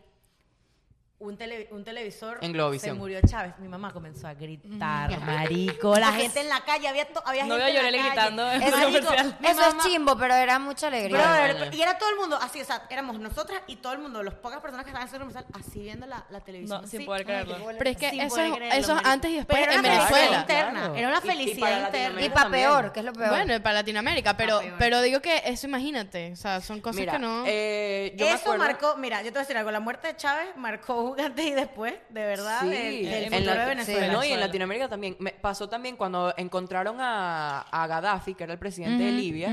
S5: un, tele- un televisor
S3: En Globovisión.
S5: se murió Chávez. Mi mamá comenzó a gritar, marico, la gente en la calle, había, to- había
S4: No
S5: gente
S4: veo a
S5: en la
S4: Yoreli
S5: calle.
S4: gritando en
S5: Marico,
S4: un comercial.
S5: mi
S2: Eso
S5: mamá-
S2: es chimbo, pero era mucha alegría.
S5: Brother,
S3: Vale.
S5: y era todo el mundo así, o sea, éramos nosotras y todo el mundo, las pocas personas que estaban en ese comercial, así viendo la, la televisión.
S4: No, sin
S5: así.
S4: poder creerlo.
S5: qué bola.
S1: Pero es que
S5: Sin
S1: eso
S5: poder
S1: es-
S5: creerlo,
S1: eso es
S5: marico.
S1: antes y después
S5: Pero era
S1: en
S5: una felicidad
S1: Venezuela.
S5: interna,
S3: Claro.
S5: era una
S3: Y- y para
S5: felicidad interna.
S3: Latinoamérica.
S2: y para
S3: también.
S2: peor, que es lo peor.
S1: Bueno, y para Latinoamérica, pero,
S5: Ah, peor.
S1: pero digo que eso imagínate. O sea, son cosas
S3: Mira,
S1: que no.
S3: eh, yo me
S5: Eso
S3: acuerdo-
S5: marcó, mira, yo te voy a decir algo, la muerte de Chávez marcó un antes y después, de verdad,
S3: Sí,
S5: del, del
S3: en
S5: futuro
S3: la-
S5: de Venezuela.
S3: sí, no, y en
S4: Venezuela.
S3: Latinoamérica también. Me pasó también cuando encontraron a, a Gaddafi, que era el presidente de Libia.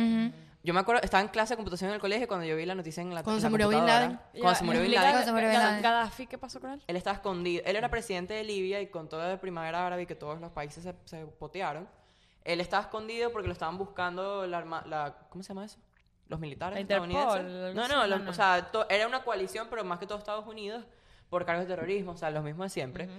S3: Yo me acuerdo, estaba en clase de computación en el colegio cuando yo vi la noticia en la
S1: Cuando
S3: en
S1: se
S3: la
S1: murió Bin
S3: computadora.
S1: Laden.
S3: Cuando se murió Bin
S4: explica
S3: Laden. ¿Eh?
S2: Cuando se murió Bin
S4: Gadda-
S2: Laden.
S4: Gaddafi, ¿qué pasó con él?
S3: Él estaba escondido. Él era presidente de Libia y con toda la primavera árabe y que todos los países se, se potearon. Él estaba escondido porque lo estaban buscando la, arma- la- ¿cómo se llama eso? Los militares
S4: La Interpol,
S3: estadounidenses.
S4: algo
S3: No,
S4: así.
S3: no, lo- o sea, to- era una coalición, pero más que todo Estados Unidos por cargos de terrorismo, o sea, los mismos de siempre.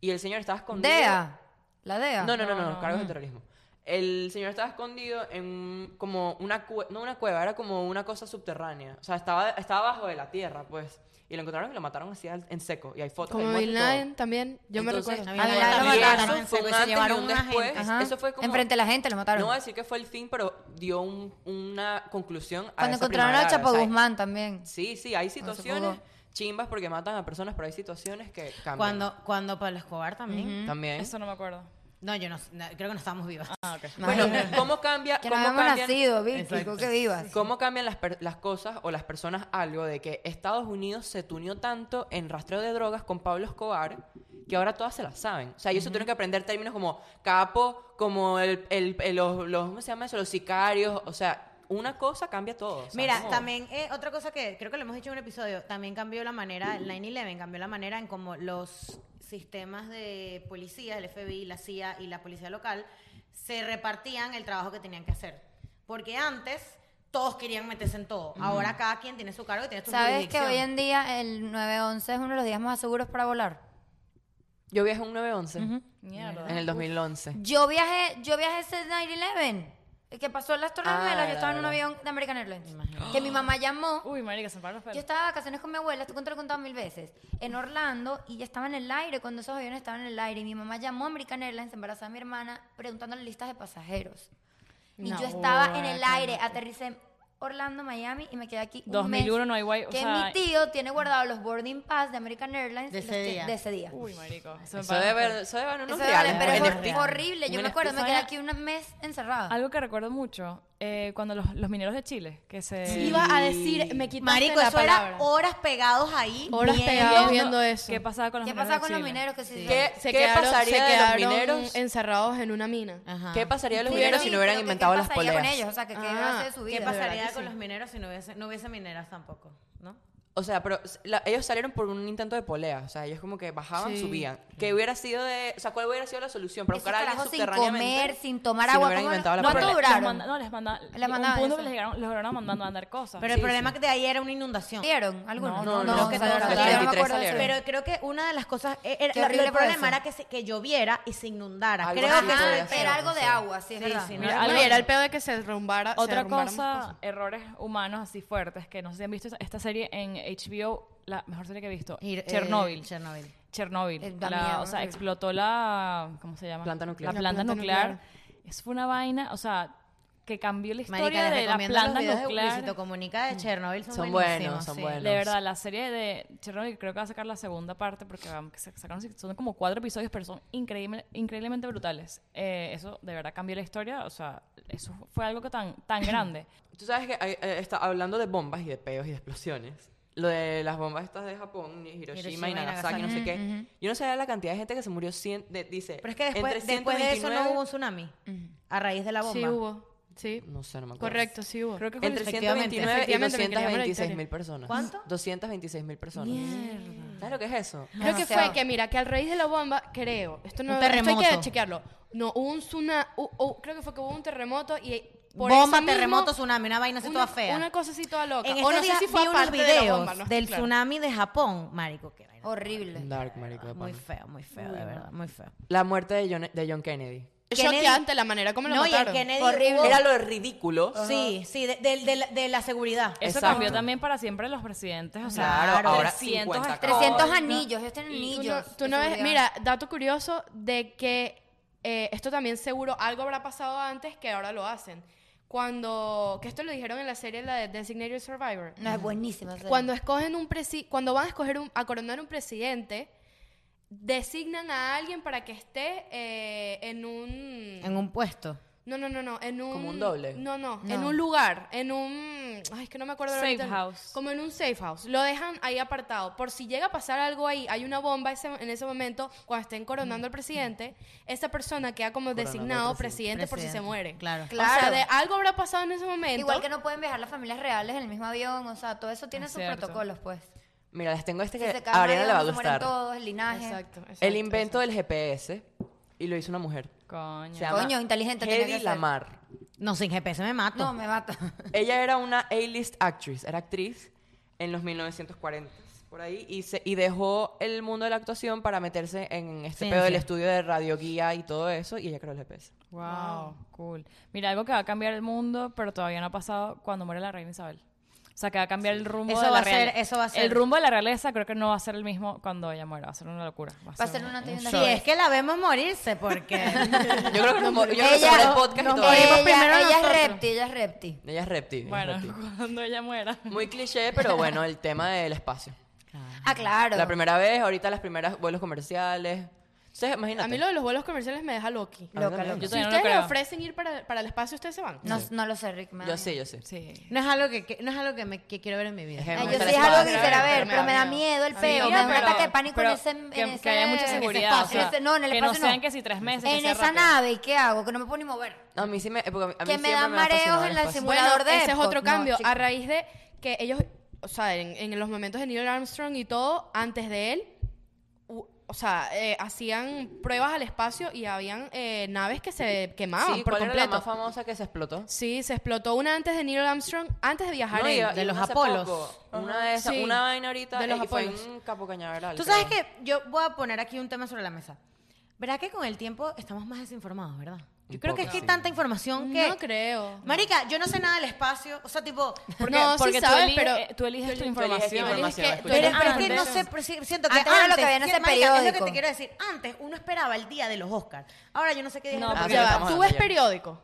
S3: Y el señor estaba escondido.
S2: DEA. La DEA.
S3: No, no, no, no, cargos
S2: Mm.
S3: de terrorismo. El señor estaba escondido en como una cueva, no una cueva, era como una cosa subterránea. O sea, estaba, estaba bajo de la tierra, pues. Y lo encontraron y lo mataron así al- en seco. Y hay fotos. hay
S1: como
S3: muertos y
S1: Bin
S3: todo.
S1: Laden también. Yo me
S3: Entonces,
S1: recuerdo.
S2: A Bin Laden lo
S3: y
S2: mataron.
S3: eso fue un
S5: Se
S3: antes y
S5: llevaron
S3: un
S5: una
S3: después.
S5: gente.
S2: Ajá.
S3: Eso fue como...
S2: Enfrente de la gente lo mataron.
S3: No voy a decir que fue el fin, pero dio un- una conclusión a
S2: Cuando
S3: esa
S2: encontraron a
S3: primavera,
S2: Chapo
S3: o sea,
S2: Guzmán también.
S3: Sí, sí, hay
S2: Cuando se
S3: situaciones
S2: fugó.
S3: chimbas porque matan a personas, pero hay situaciones que cambian.
S5: Cuando, cuando Pablo Escobar también.
S3: También.
S4: Eso no me acuerdo.
S5: No, yo no, no, creo que no estábamos vivos.
S4: Ah, ok.
S3: Bueno,
S2: Imagínate.
S3: ¿cómo cambia?
S2: Que no
S3: cómo
S2: habíamos
S3: cambian-
S2: nacido, Vicky,
S5: Exacto.
S2: con que vivas.
S3: ¿Cómo cambian las, per- las cosas o las personas algo de que Estados Unidos se tunió tanto en rastreo de drogas con Pablo Escobar que ahora todas se las saben. O sea, ellos se tuvieron que aprender términos como capo, como el, el- el- los, los- ¿cómo se llama eso? Los sicarios. O sea, una cosa cambia todo. o sea,
S5: Mira,
S3: como-
S5: también eh, otra cosa que creo que lo hemos dicho en un episodio, también cambió la manera, el 9-11 cambió la manera en cómo los sistemas de policía, el FBI, la CIA y la policía local, se repartían el trabajo que tenían que hacer. Porque antes todos querían meterse en todo. Ahora cada quien tiene su cargo y tiene su
S2: ¿Sabes que
S5: jurisdicción.
S2: hoy en día el 911 es uno de los días más seguros para volar?
S3: Yo viajé un 911
S4: Mierda.
S3: en el 2011.
S2: Yo viajé, yo viajé ese 9-11. el que pasó en las Torres
S3: Ah,
S2: Gemelas, yo
S3: la
S2: estaba en un
S3: verdad.
S2: avión de American Airlines. Que mi mamá llamó.
S4: Uy, marica, se me pararon los
S2: Yo
S4: pelos.
S2: estaba de vacaciones con mi abuela, tú te lo he contado mil veces, en Orlando y ya estaba en el aire cuando esos aviones estaban en el aire. Y mi mamá llamó a American Airlines, embarazada a mi hermana, preguntándole listas de pasajeros. Y
S1: No,
S2: yo estaba en el aire, aterricé en Orlando, Miami y me quedé aquí. Un
S4: 2001
S2: mes,
S4: no hay guay- o
S2: Que
S4: sea-
S2: mi tío tiene guardados los boarding pass de American Airlines
S5: De
S2: los
S5: ese
S2: ti-
S5: día.
S2: de ese día.
S4: Uy, marico. Se me
S3: Eso
S4: pararon los
S3: debe
S4: pelos.
S3: eso debe haber unos
S2: Eso
S3: reales.
S2: vale, pero
S3: en
S2: fue
S3: NFT.
S2: horrible. Yo
S3: Un
S2: me acuerdo, me
S4: NFT.
S2: quedé aquí un mes encerrada.
S4: Algo que recuerdo mucho, eh, cuando los, los mineros de Chile, que se...
S1: Iba a decir, me quitaste
S5: Marico,
S1: la
S5: eso
S1: palabra.
S5: era horas pegados ahí.
S1: Horas
S5: viendo-
S1: pegados viendo eso.
S4: ¿Qué pasaba con los
S2: ¿Qué
S4: mineros
S2: pasa
S4: de
S2: con los
S4: Chile?
S2: mineros que se
S3: ¿Qué,
S1: Se
S3: qué
S1: quedaron,
S3: pasaría
S1: se
S3: de los
S1: quedaron
S3: mineros?
S1: encerrados en una mina.
S5: Ajá.
S3: ¿Qué pasaría de los
S2: Sí,
S3: mineros
S2: pero
S3: si
S2: sí,
S3: no hubieran
S2: pero ¿qué
S3: inventado las
S2: pasaría
S3: poleas?
S2: con ellos? O sea, que qué iba a hacer de su
S5: Ah, ¿Qué
S2: vida.
S5: pasaría con los mineros si no hubiese, no hubiese mineras tampoco? ¿No?
S3: O sea, pero s- la- ellos salieron por un intento de polea. O sea, ellos como que bajaban,
S1: Sí.
S3: subían. Que hubiera sido de. O sea, ¿cuál hubiera sido la solución? Para
S2: Esos
S3: buscar a alguien
S2: carajos sin
S3: subterráneamente.
S2: comer, sin tomar
S3: si no
S2: agua,
S3: hubieran
S2: ¿cómo
S3: inventado
S2: no-
S3: la
S2: no
S3: polea.
S4: les-
S2: duraron?
S4: les manda- no, les mandaban.
S2: Les
S4: un
S2: mandaban
S4: punto
S2: eso.
S4: que les llegaron, los lograron mandando a mandar cosas.
S5: Pero el problema que de ahí era una inundación.
S2: ¿Vieron? ¿Algunos?
S4: No, no,
S5: no, que todos
S2: yo
S5: salieron.
S2: me acuerdo
S3: 23
S2: de eso.
S3: salieron.
S5: Pero creo que una de las cosas. eh, era-
S2: Qué
S5: la-
S2: horrible
S5: el
S2: fue
S5: problema
S2: eso.
S5: era que, se- que lloviera y se inundara.
S3: Algo
S5: creo
S3: así
S5: que eso
S3: podía
S5: era el
S3: ser,
S5: peor.
S2: Era algo de agua, sí, es
S5: Sí,
S2: verdad.
S5: sí,
S4: Mira,
S5: no-
S1: Bueno,
S4: algo-
S1: y era el pedo de que se derrumbara. se
S4: Otra
S1: derrumbaran más
S4: cosa,
S1: cosas.
S4: errores humanos así fuertes, que no sé si han visto esta- esta serie en HBO, la mejor serie que he visto,
S5: Ir- eh,
S4: Chernobyl.
S5: Chernobyl.
S4: Chernobyl.
S2: Eh, da
S4: La-
S2: miedo,
S4: o sea,
S2: horrible.
S4: explotó la... ¿Cómo se llama?
S3: Planta nuclear.
S4: La planta,
S1: planta
S4: nuclear.
S1: nuclear.
S4: Es fue una vaina, o sea, que cambió la historia
S5: Marica, les
S4: de la
S5: recomiendo los
S4: planta
S5: videos de
S4: nuclear.
S5: Luisito Comunica de Chernobyl. Son,
S3: Son
S5: buenísimos,
S3: buenos, son
S5: sí.
S3: buenos.
S4: De verdad, la serie de Chernobyl creo que va a sacar la segunda parte porque vamos, que se- sacaron son como cuatro episodios, pero son increíble, increíblemente brutales. Eh, eso de verdad cambió la historia, o sea, eso fue algo que tan, tan grande.
S3: Tú sabes que hay- eh, está hablando de bombas y de peos y de explosiones. Lo de las bombas estas de Japón, ni Hiroshima,
S5: Hiroshima
S3: y
S5: y
S3: Nagasaki, no sé qué. Yo no sabía la cantidad de gente que se murió. cien- de- dice,
S5: Pero es que después,
S3: entre
S5: después de eso no
S3: 129
S5: hubo un tsunami. A raíz de la bomba.
S1: Sí hubo. Sí.
S3: No sé, no me acuerdo.
S1: Correcto, sí hubo.
S4: Creo que fue
S3: Entre
S4: el-
S5: Efectivamente.
S3: 129 y
S1: Efectivamente, me quería ver la
S3: 226 mil
S1: historia.
S3: personas.
S5: ¿Cuánto?
S3: 226 mil personas. ¿Sabes lo que es eso?
S1: Creo que
S2: Demasiado.
S1: fue que, mira, que al raíz de la bomba, creo, esto no
S5: Un
S1: esto hay que
S5: terremoto.
S1: chequearlo. No, hubo un tsunami, creo que fue que hubo un terremoto y por
S5: bomba,
S1: eso mismo,
S5: terremoto, tsunami, una vaina así
S1: una,
S5: toda fea.
S1: Una cosa así toda loca.
S5: en
S1: o
S5: estos
S1: no sé
S5: días
S1: si fue
S5: vi unos
S1: aparte de la
S5: videos
S1: bomba, no estoy
S5: del
S1: clara.
S5: tsunami de Japón. Marico, qué vaina.
S2: Horrible.
S3: Dark, marico. de
S5: Muy
S3: pana.
S5: feo, muy feo, de verdad, muy feo.
S3: La muerte de John, de John Kennedy.
S5: Kennedy-
S1: Choqueante la manera como lo
S5: no, y el
S1: mataron.
S5: Kennedy
S2: Horrible.
S5: hubo-
S3: Era lo ridículo.
S2: Oh,
S5: Sí, sí, de, de- de la- de la seguridad.
S4: Eso
S3: Exacto.
S4: cambió también para siempre los presidentes, o sea,
S3: Claro, ahora
S4: 300
S3: 50
S4: estrellas.
S2: 300
S4: Ay, no.
S2: anillos, ellos tienen
S1: Y tú
S2: anillos.
S1: no- tú no
S2: de
S1: ves-
S2: seguridad.
S1: mira, dato curioso de que eh, esto también seguro algo habrá pasado antes que ahora lo hacen. Cuando, que esto lo dijeron en la serie la de Designated Survivor.
S2: No, es buenísima. esa
S1: Cuando escogen un presi- cuando van a escoger un- a coronar un presidente, designan a alguien para que esté eh, en un
S5: En un puesto.
S1: no no no no en un
S3: Como un doble.
S1: no, no
S2: No.
S1: en un lugar en un ay es que no me acuerdo
S4: Safe
S1: ahorita el-
S4: house.
S1: como en un safe house lo dejan ahí apartado por si llega a pasar algo ahí hay una bomba ese- en ese momento cuando estén coronando al presidente esa persona queda como
S3: Coronando al
S1: designado
S5: presidente.
S1: presidente, por si se
S5: Presidente,
S1: muere
S5: claro.
S1: o sea
S2: Claro.
S1: de algo habrá pasado en ese momento
S2: Igual que no pueden viajar las familias reales en el mismo avión, o sea, todo eso tiene
S4: Es
S2: sus
S4: cierto.
S2: protocolos, pues.
S3: Mira, les tengo este
S2: Si
S3: que
S2: se cae
S3: a
S2: un
S3: Ariana le va a
S2: avión, se mueren
S3: gustar.
S2: todos, el linaje.
S1: exacto, exacto,
S3: El invento del GPS y lo hizo una mujer.
S4: Coño.
S3: Se llama
S2: Coño, inteligente tiene que
S3: Hedy
S2: ser.
S3: Lamar.
S5: No, sin GPS me mato.
S2: No, me mata.
S3: Ella era una A-list actress, era actriz en los 1940 por ahí y se y dejó el mundo de la actuación para meterse en este
S5: Ciencia.
S3: pedo del estudio de radioguía y todo eso y ella creó el GPS.
S4: Wow, cool. Mira, algo que va a cambiar el mundo, pero todavía no ha pasado cuando muere la reina Isabel. O sea, que va a cambiar el rumbo
S5: Eso
S4: de la
S5: va a ser-
S4: real-
S5: eso va a ser.
S4: El rumbo de la realeza creo que no va a ser el mismo cuando ella muera. Va a ser una locura. Va
S2: Va a ser una
S4: un-
S2: tienda
S5: Si
S2: de-
S5: es que la vemos morirse, porque.
S3: Yo creo que nos mor- yo creo que se
S2: Ella-
S3: muere el podcast y
S2: nos
S3: todo.
S2: morimos
S5: Ella-
S2: primero
S5: ella es
S2: nosotros. Ella es repti, ella es repti.
S3: Ella es reptil.
S4: Bueno, cuando ella muera.
S3: Muy cliché, pero bueno, el tema del espacio.
S2: Ah, claro.
S3: La primera vez, ahorita las primeras vuelos comerciales. Entonces, imagínate.
S1: A mí lo de los vuelos comerciales me deja loki.
S3: A mí
S2: Loca,
S3: también.
S2: loca.
S4: Yo
S1: Si
S4: todavía no
S1: ustedes
S4: lo
S1: le
S4: creo.
S1: ofrecen ir para, para el espacio, ustedes se van.
S2: No, no lo sé, Rick. me da
S3: Yo
S2: miedo.
S3: sí, yo sí.
S4: Sí.
S5: No es algo que, que- no es algo que, me, que quiero ver en mi vida.
S3: Es
S2: Ay,
S3: Me
S2: yo
S3: gusta
S2: sí
S3: la
S2: es algo
S3: espada,
S2: que
S3: pero
S2: quisiera
S1: me da
S2: ver, pero me da miedo el
S1: Sí,
S2: feo. Me
S1: pero-
S2: da un ataque de pánico en
S4: pero
S2: ese. en
S4: que,
S2: ese-
S4: que haya mucha
S2: en ese
S4: seguridad. o sea,
S2: espacio. No, en el
S4: que no
S2: espacio
S4: sean que si tres meses. que
S2: En
S4: sea
S2: esa
S4: rápido.
S2: nave, ¿y qué hago? Que no me puedo ni mover.
S3: No, a mí sí me. Porque a mí
S2: Que me
S3: siempre
S2: dan
S3: me ha fascinado
S2: mareos en
S3: el
S2: la
S3: espacio.
S2: simulación.
S1: Bueno,
S2: Simulador de
S1: ese es
S2: Epcot.
S1: otro
S2: No,
S1: cambio.
S2: chica.
S1: a raíz de que ellos, o sea, en, en los momentos de Neil Armstrong y todo, antes de él, u- o sea, eh, hacían pruebas al espacio y habían eh, naves que se quemaban
S3: Sí,
S1: por
S3: ¿cuál era la
S1: completo.
S3: más famosa que se explotó?
S1: sí, se explotó una antes de Neil Armstrong, antes de viajar
S3: No, y-
S1: él.
S3: y
S5: de los
S3: una hace
S5: Apolos.
S3: poco, Una de esas,
S1: Sí,
S3: una vaina ahorita
S1: de los
S3: y fue
S1: Apolos.
S3: en Capo Cañaveral.
S5: Tú sabes que yo voy a poner aquí un tema sobre la mesa. ¿Verdad que con el tiempo estamos más desinformados, verdad? Yo
S3: Un
S5: creo que
S3: poco,
S5: es que hay
S3: sí.
S5: tanta información que...
S1: No creo.
S5: Marica, yo no sé nada del espacio. O sea, tipo...
S4: Porque,
S1: No, sí
S4: porque tú,
S1: sabes,
S4: eliges,
S1: pero-
S4: eh, tú eliges tu
S3: eliges tu
S4: información.
S1: Pero es
S3: información,
S1: que-
S3: escucha.
S1: pero
S5: Pero,
S1: es
S5: pero es
S1: que
S5: que
S1: no
S5: no
S1: sé-
S5: sé, pero sí, siento que
S2: Antes era lo que había en
S5: que,
S2: ese
S5: marica, Ah, Es lo que
S2: periódico.
S5: te quiero decir. Antes uno esperaba el día de los Oscars. Ahora yo no sé qué día
S4: No,
S5: es el
S3: porque-
S1: Ya va,
S3: Ah, estamos
S1: Tú
S3: hablando
S1: ves
S3: ayer.
S1: periódico,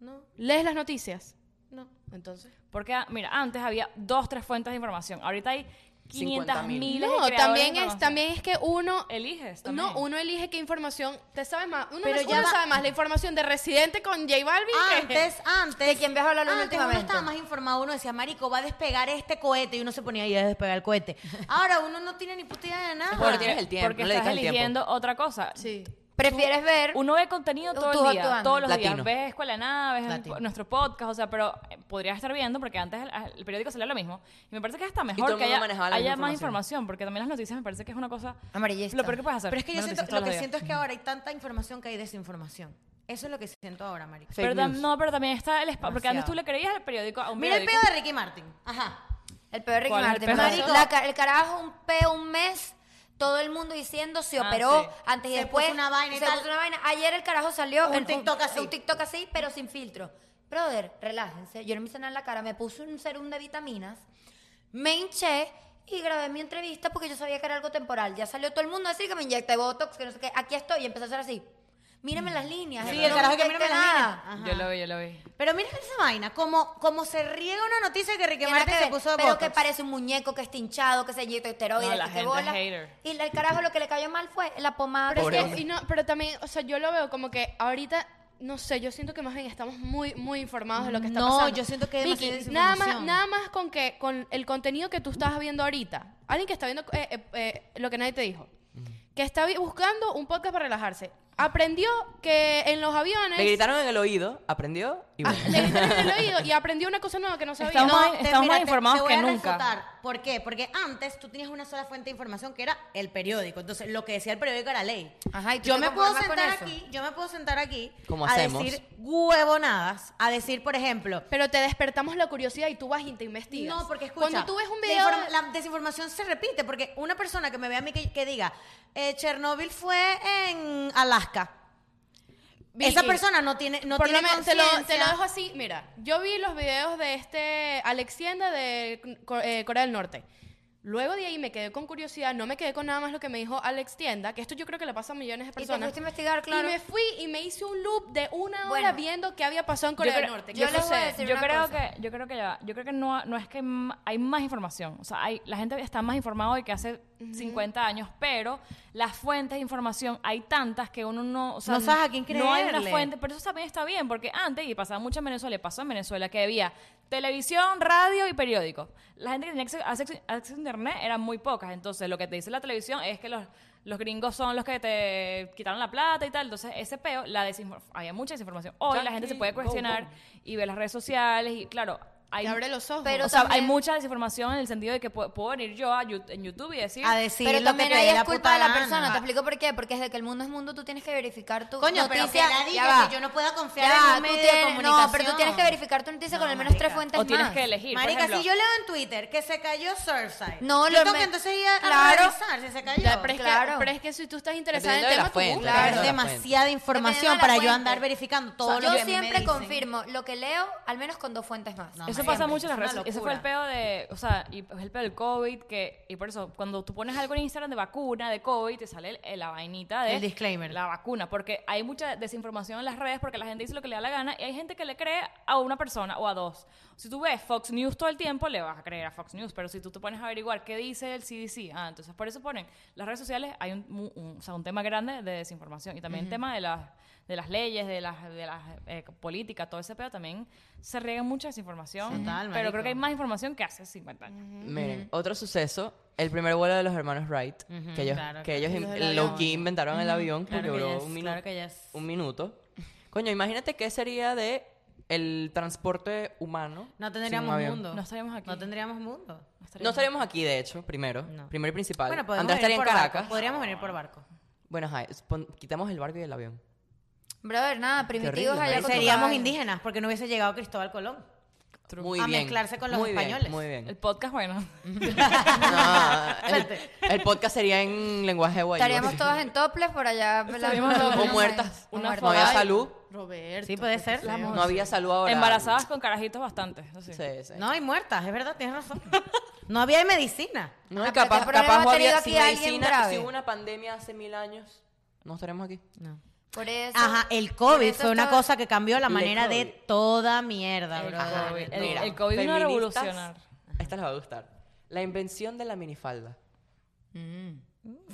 S5: No,
S1: lees las noticias.
S5: no.
S1: Entonces.
S4: Porque, ah, mira, antes había dos, tres fuentes de información. Ahorita hay 500
S3: 50.000.
S4: mil.
S1: No, también es, también es que uno
S4: Eliges. También.
S1: No, uno elige qué información te sabe más. Uno,
S5: Pero
S1: no-
S5: ya
S1: uno
S5: va-
S1: sabe más la información de Residente con J Balvin que-
S5: Antes, antes.
S2: ¿De quién viajó la luna
S5: Antes uno
S2: últimamente?
S5: estaba más informado. Uno decía, marico, va a despegar este cohete. Y uno se ponía ahí a despegar el cohete. Ahora uno no tiene ni puta idea de nada.
S3: Porque tienes el tiempo,
S4: Porque
S3: no le
S4: estás
S3: dedicas el tiempo.
S4: eligiendo otra cosa.
S1: Sí.
S2: Prefieres ver.
S4: Uno ve contenido todo
S2: Tú
S4: el día,
S2: actuando.
S4: todos los
S3: Latino.
S4: días. Ves Escuela de Nada, ves
S5: Latino.
S4: nuestro podcast, o sea, pero eh, podrías estar viendo, porque antes el, el periódico salía lo mismo. Y me parece que hasta
S3: todo el
S4: mejor que
S3: mundo
S4: haya,
S3: manejaba la
S4: haya
S3: misma
S4: más
S3: información.
S4: información, porque también las noticias me parece que es una cosa...
S2: Amarillista.
S4: Lo peor que puedes hacer.
S5: Pero es que yo
S4: Ver
S5: siento,
S4: noticias
S5: lo
S4: todos
S5: que
S4: los días.
S5: siento es que ahora hay tanta información que hay desinformación. Eso es lo que siento ahora, marica.
S3: Fake
S4: Pero tam-
S3: news.
S4: no, pero también está el espacio. Porque antes
S5: Demasiado.
S4: tú le creías al periódico a un
S5: Mira el
S4: periódico.
S5: pedo de Ricky Martin. Ajá.
S2: El peor Ricky
S4: ¿Cuál es el
S2: Martin.
S4: peor?
S2: marico.
S5: Marico.
S2: La ca- el carajo, un peo, un mes. Todo el mundo diciendo se
S4: Ah,
S2: operó
S4: sí.
S2: antes y
S5: Se
S2: después.
S5: puso una vaina y
S2: se
S5: tal.
S2: puso una vaina. Ayer el carajo salió.
S5: Un
S2: en-
S5: TikTok así.
S2: Un TikTok así, pero sin filtro. Brother, relájense. Yo no me hice nada en la cara. Me puse un serum de vitaminas. Me hinché y grabé mi entrevista porque yo sabía que era algo temporal. Ya salió todo el mundo a decir que me inyecté botox, que no sé qué. Aquí estoy y empecé a hacer así. Mírame las líneas.
S5: Mm. Sí,
S2: no
S5: el
S2: me
S5: carajo que
S2: inyecté
S5: mírame las
S2: nada.
S5: líneas. Ajá.
S4: Yo lo vi, yo lo vi.
S5: Pero mira esa vaina, como, como se riega una noticia que Ricky
S2: Tiene
S5: Martin
S2: que
S5: se
S2: ver,
S5: puso
S2: pero
S5: botox.
S2: que parece un muñeco que está hinchado, que se inyecta esteroides,
S4: No, la
S2: que se
S4: gente es
S2: bola.
S4: hater.
S2: Y el carajo lo que le cayó mal fue la pomada.
S1: Pero,
S2: que
S1: es que-
S2: se-
S1: y no, pero también, o sea, yo lo veo como que ahorita, no sé, yo siento que más bien estamos muy, muy informados de lo que está
S5: No,
S1: pasando.
S5: yo siento que hay
S1: Vicky,
S5: demasiada
S1: nada más,
S5: desinformación.
S1: nada más con que con el contenido que tú estás viendo ahorita. Alguien que está viendo eh, eh, eh, lo que nadie te dijo. Que está vi- buscando un podcast para relajarse. Aprendió que en los aviones
S3: Le gritaron en el oído, aprendió y bueno.
S1: le gritaron en el oído y aprendió una cosa nueva que no sabía.
S4: Estamos
S5: No,
S4: más-
S5: te-
S4: estamos
S5: mira,
S4: más
S5: te-
S4: informados
S5: te voy
S4: que
S5: a
S4: nunca.
S5: refutar. ¿Por qué? Porque antes tú tenías una sola fuente de información que era el periódico. Entonces, lo que decía el periódico era ley.
S2: Ajá, ¿y tú
S5: yo
S2: te
S5: me puedo
S2: conformas con
S5: sentar
S2: eso?
S5: aquí, yo me puedo sentar aquí
S3: Como
S5: a
S3: hacemos.
S5: decir huevonadas, a decir, por ejemplo,
S1: Pero te despertamos la curiosidad y tú vas y te investigas.
S5: no, porque escucha.
S1: Cuando tú ves un
S5: la
S1: video...
S5: informa- La, desinformación se repite, porque una persona que me ve a mí que, que diga, eh, Chernobyl fue en Alaska.
S1: Vicky,
S5: Esa persona no tiene no
S1: por lo
S5: tiene
S1: menos te lo, te lo
S5: conciencia.
S1: dejo así. Mira, yo vi los videos de este Alexienda de Co- eh, Corea del Norte. Luego de ahí me quedé con curiosidad, no me quedé con nada más lo que me dijo Alex Tienda, que esto yo creo que le pasa a millones de
S2: te
S1: personas.
S2: fuiste a investigar, claro.
S1: Y me fui y me hice un loop de una hora
S2: Bueno.
S1: viendo qué había pasado en Corea del
S4: creo-
S1: Norte.
S2: yo les
S1: ¿Qué
S2: voy a
S1: sucede?
S2: decir
S4: yo
S2: una
S4: creo
S2: cosa.
S4: que yo creo que ya va. yo creo que no no es que m- hay más información o sea hay, la gente está más informada hoy que hace 50 años pero las fuentes de información hay tantas que uno no o sea,
S5: No sabes a quién
S4: no hay una
S5: creerle.
S4: fuente pero eso también está bien porque antes y pasaba mucho en Venezuela y pasó en Venezuela que había televisión radio y periódico la gente que tenía acce- acceso, acceso a internet eran muy pocas entonces lo que te dice la televisión es que los los gringos son los que te quitaron la plata y tal. Entonces, ese peo, la desinfor- había mucha desinformación. Hoy la gente se
S3: Jackie,
S4: puede
S3: go,
S4: cuestionar
S3: go.
S4: y ve las redes sociales y claro, hay,
S1: Te abre los ojos.
S2: Pero
S4: o sea,
S2: también-
S4: hay mucha desinformación en el sentido de que pu- puedo venir yo a Yu- en YouTube y decir...
S5: A decir
S2: Pero
S5: lo
S2: también
S5: que te
S2: ahí
S5: dé
S2: es
S5: la
S2: culpa
S5: puta
S2: de la
S5: gana.
S2: persona. Te explico por qué. Porque desde que el mundo es mundo, tú tienes que verificar tu
S5: Coño, pero
S2: noticia.
S5: que la diga,
S2: ya va.
S5: que yo no pueda confiar
S2: Ya
S5: en
S2: va,
S5: un
S2: tú
S5: medio de
S2: tienes- No, pero tú
S5: comunicación.
S2: tienes que verificar tu noticia
S5: No,
S2: con al menos tres
S5: marica.
S2: fuentes
S4: o tienes
S2: más.
S4: que elegir. por
S5: Marica,
S4: ejemplo.
S5: si yo leo en Twitter que se cayó Surfside,
S2: No,
S5: yo
S2: lo
S5: tengo
S2: me-
S5: que entonces ir a, a
S2: Claro.
S5: revisar si se cayó.
S1: Ya, pero, es
S2: Claro.
S1: que, pero es que si tú estás interesada en el tema,
S3: Dependiendo
S1: tú
S3: de la fuente,
S1: buscas.
S5: Claro, es
S3: Dependiendo de la
S5: demasiada
S2: Dependiendo
S5: información
S2: de la
S5: para yo
S2: fuente.
S5: andar verificando todo
S2: O sea,
S5: lo que
S2: yo
S5: a mí me
S2: siempre
S5: dicen.
S2: confirmo lo que leo, al menos con dos fuentes más.
S5: No,
S4: Eso eso pasa
S2: siempre.
S4: mucho en
S5: Es
S4: las redes
S5: una
S4: Ese fue el
S5: locura.
S4: peo de, o sea, y es el peo del COVID, que, y por eso, cuando tú pones algo en Instagram de vacuna, de COVID, te sale el- el- la vainita de...
S5: El disclaimer.
S4: La vacuna, porque hay mucha desinformación en las redes porque la gente dice lo que le da la gana y hay gente que le cree a una persona o a dos. Si tú ves Fox News todo el tiempo, le vas a creer a Fox News, pero si tú te pones a averiguar qué dice el CDC, ah, entonces por eso ponen las redes sociales, hay un, mu- un- o sea, un tema grande de desinformación y también el tema de las, de las leyes, de las, de las eh, políticas, todo ese pedo también se riega mucha desinformación,
S5: Total,
S4: pero
S5: marico.
S4: creo que hay más información que hace 50 años.
S3: Miren, otro suceso, el primer vuelo de los hermanos Wright,
S5: Ujú,
S3: que ellos,
S5: claro,
S3: que ellos
S1: Los
S3: in-
S1: del
S3: low
S1: avión.
S3: key inventaron el avión, porque
S5: Claro que
S3: duró
S5: yes,
S3: un, minu-
S5: claro que yes.
S3: un minuto. Coño, imagínate qué sería de el transporte humano.
S5: No
S3: sin un
S5: tendríamos
S3: avión.
S5: mundo.
S4: No estaríamos aquí.
S5: No tendríamos mundo.
S3: No estaríamos aquí, de hecho, primero.
S5: No.
S3: Primero y principal.
S5: Bueno, podemos
S3: Andrés estaría
S5: venir
S3: en
S5: por
S3: Caracas.
S5: barco. Podríamos venir por barco.
S3: Bueno, ajá, es- pon- quitamos el barco y el avión.
S2: Brother, nada, primitivos
S3: horrible,
S2: allá
S3: marico.
S2: con tu
S5: Seríamos
S2: caballo.
S5: indígenas porque no hubiese llegado Cristóbal Colón.
S3: Muy
S5: A
S3: bien.
S5: mezclarse con los
S3: Muy bien,
S5: españoles.
S3: muy bien.
S4: El podcast, bueno.
S3: No, el, el podcast sería en lenguaje guayú.
S2: Estaríamos todas en toples por allá. la-
S4: Estaríamos todas-
S2: no
S3: O
S2: sé,
S3: muertas.
S2: o
S4: Una
S2: muertas.
S3: No había
S4: Ay.
S3: salud.
S1: Roberto.
S5: Sí, puede ser.
S1: qué
S5: Las
S1: feo.
S3: No había salud ahora.
S4: Embarazadas con carajitos bastante. eso sí.
S3: Sí, sí.
S5: No, y muertas, es verdad, tienes razón. No había medicina.
S3: No,
S2: Ah,
S3: y
S2: pero
S3: capaz,
S2: ¿qué problema
S3: capaz
S2: ha tenido
S3: había,
S2: aquí
S3: si
S2: alguien
S3: medicina-
S2: grave?
S3: si hubo una pandemia hace mil años, no estaremos aquí.
S2: Por eso.
S5: Ajá, el
S2: por
S5: COVID
S2: eso
S5: fue una
S2: estaba-
S5: cosa que cambió la
S3: El
S5: manera de
S3: COVID.
S5: toda mierda, bro.
S3: Ajá,
S4: COVID.
S3: no.
S4: El-
S3: Mira,
S4: el COVID vino a
S3: feministas,
S4: revolucionar.
S3: Esta les va a gustar. La invención de la minifalda. ¿Qué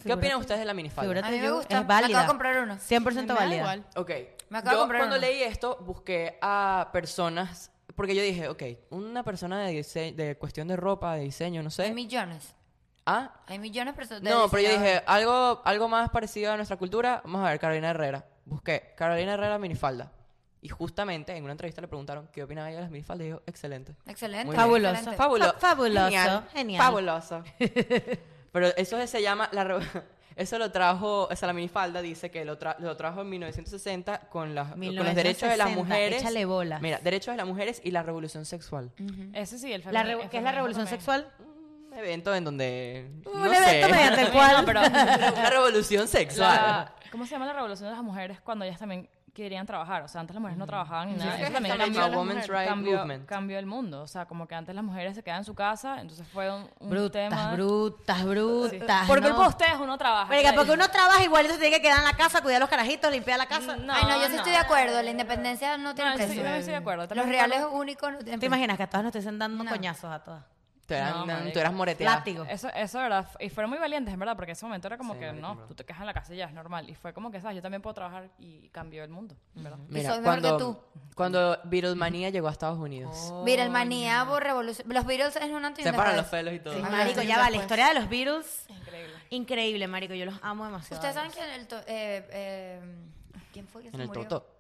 S5: Figúrate-
S3: opinan ustedes de la minifalda?
S5: figúrate
S2: A mí me
S5: yo,
S2: gusta, me
S5: Es válida.
S2: acabo de comprar una.
S5: 100%
S1: Me da
S5: válida.
S1: igual.
S3: Ok.
S2: Me acabo de
S3: yo
S2: comprar
S3: cuando
S2: uno.
S3: leí esto, busqué a personas, porque yo dije, ok, una persona de, dise- de cuestión de ropa, de diseño, no
S2: Hay
S3: sé.
S2: millones.
S3: Ah,
S2: Hay millones de personas. de
S3: pues. No, pero yo
S2: diseñadores.
S3: dije, algo, algo más parecido a nuestra cultura, vamos a ver, Carolina Herrera. Busqué Carolina Herrera minifalda. Y justamente en una entrevista le preguntaron qué opinaba ella de las minifaldas y dijo, excelente.
S2: Excelente.
S3: Muy bien.
S5: Fabuloso.
S2: excelente.
S3: Fabulo-
S5: Fa- fabuloso.
S3: Genial.
S5: Genial.
S3: Fabuloso. pero eso se llama, la re- eso lo trajo, o sea, la minifalda dice que lo, tra- lo trajo en 1960 con, las, con los derechos de las
S5: 1960,
S3: mujeres.
S5: échale bolas.
S3: Mira, derechos de las mujeres y la revolución sexual.
S4: Mm. Ese sí, el
S5: La
S4: femi-
S5: revo-
S4: el
S5: ¿Qué es la
S4: feminismo
S5: revolución
S4: también.
S5: sexual?
S3: Un evento en donde...
S5: Un
S3: no
S5: evento
S3: sé.
S5: mediante el cual...
S4: No, pero
S3: Una revolución sexual.
S4: la- ¿Cómo se llama la revolución de las mujeres cuando ellas también querían trabajar? O sea, antes las mujeres no trabajaban ni nada.
S1: sí,
S4: Eso
S1: sí,
S4: también
S1: sí,
S4: cambió,
S1: sí,
S4: la-
S1: Women's
S3: Rights
S4: cambió-
S3: Movement.
S4: cambió el mundo. O sea, como que antes las mujeres se quedaban en su casa, entonces fue un, un tema...
S5: Brutas, brutas, brutas.
S4: Por culpa de
S5: no.
S4: ustedes uno trabaja.
S5: Venga, porque
S4: ¿sabes?
S5: uno trabaja igual, entonces tiene que quedar en la casa, cuidar los carajitos, limpiar la casa.
S4: No,
S2: Ay, no, yo sí
S4: no.
S2: estoy de acuerdo. La independencia no tiene
S4: No, yo sí-
S2: precio.
S4: yo también estoy de acuerdo.
S2: Los
S4: También
S2: reales
S4: recuerdo-
S2: únicos no tienen
S5: ¿Te
S2: precio.
S5: imaginas que a todas nos estén dando
S2: No.
S5: coñazos a todas?
S3: Tú eras,
S4: No,
S3: una-
S4: marica.
S3: tú eras moreteada.
S5: Látigo.
S4: Eso, eso, ¿verdad? Y fueron muy valientes, en verdad, porque en ese momento era como
S3: Sí,
S4: que,
S3: marica,
S4: no,
S3: en verdad.
S4: tú te quedas en la casa y ya es normal. Y fue como que, ¿sabes? Yo también puedo trabajar y cambió el mundo, en ¿verdad?
S2: Y soy mejor que tú. Oh.
S3: Cuando Beatlemania llegó a Estados Unidos.
S2: Viral manía, revolución. Los Beatles es un antes y un
S3: Oh, Se paran los
S2: después.
S3: pelos y todo.
S1: Sí.
S5: Marico, ya
S1: Ajá.
S5: va, la historia de los Beatles,
S4: Increíble.
S5: increíble, marico, yo los amo demasiado.
S2: Ustedes saben que en el... to- eh, eh, ¿Quién fue que se
S3: En el
S2: murió?
S3: toto.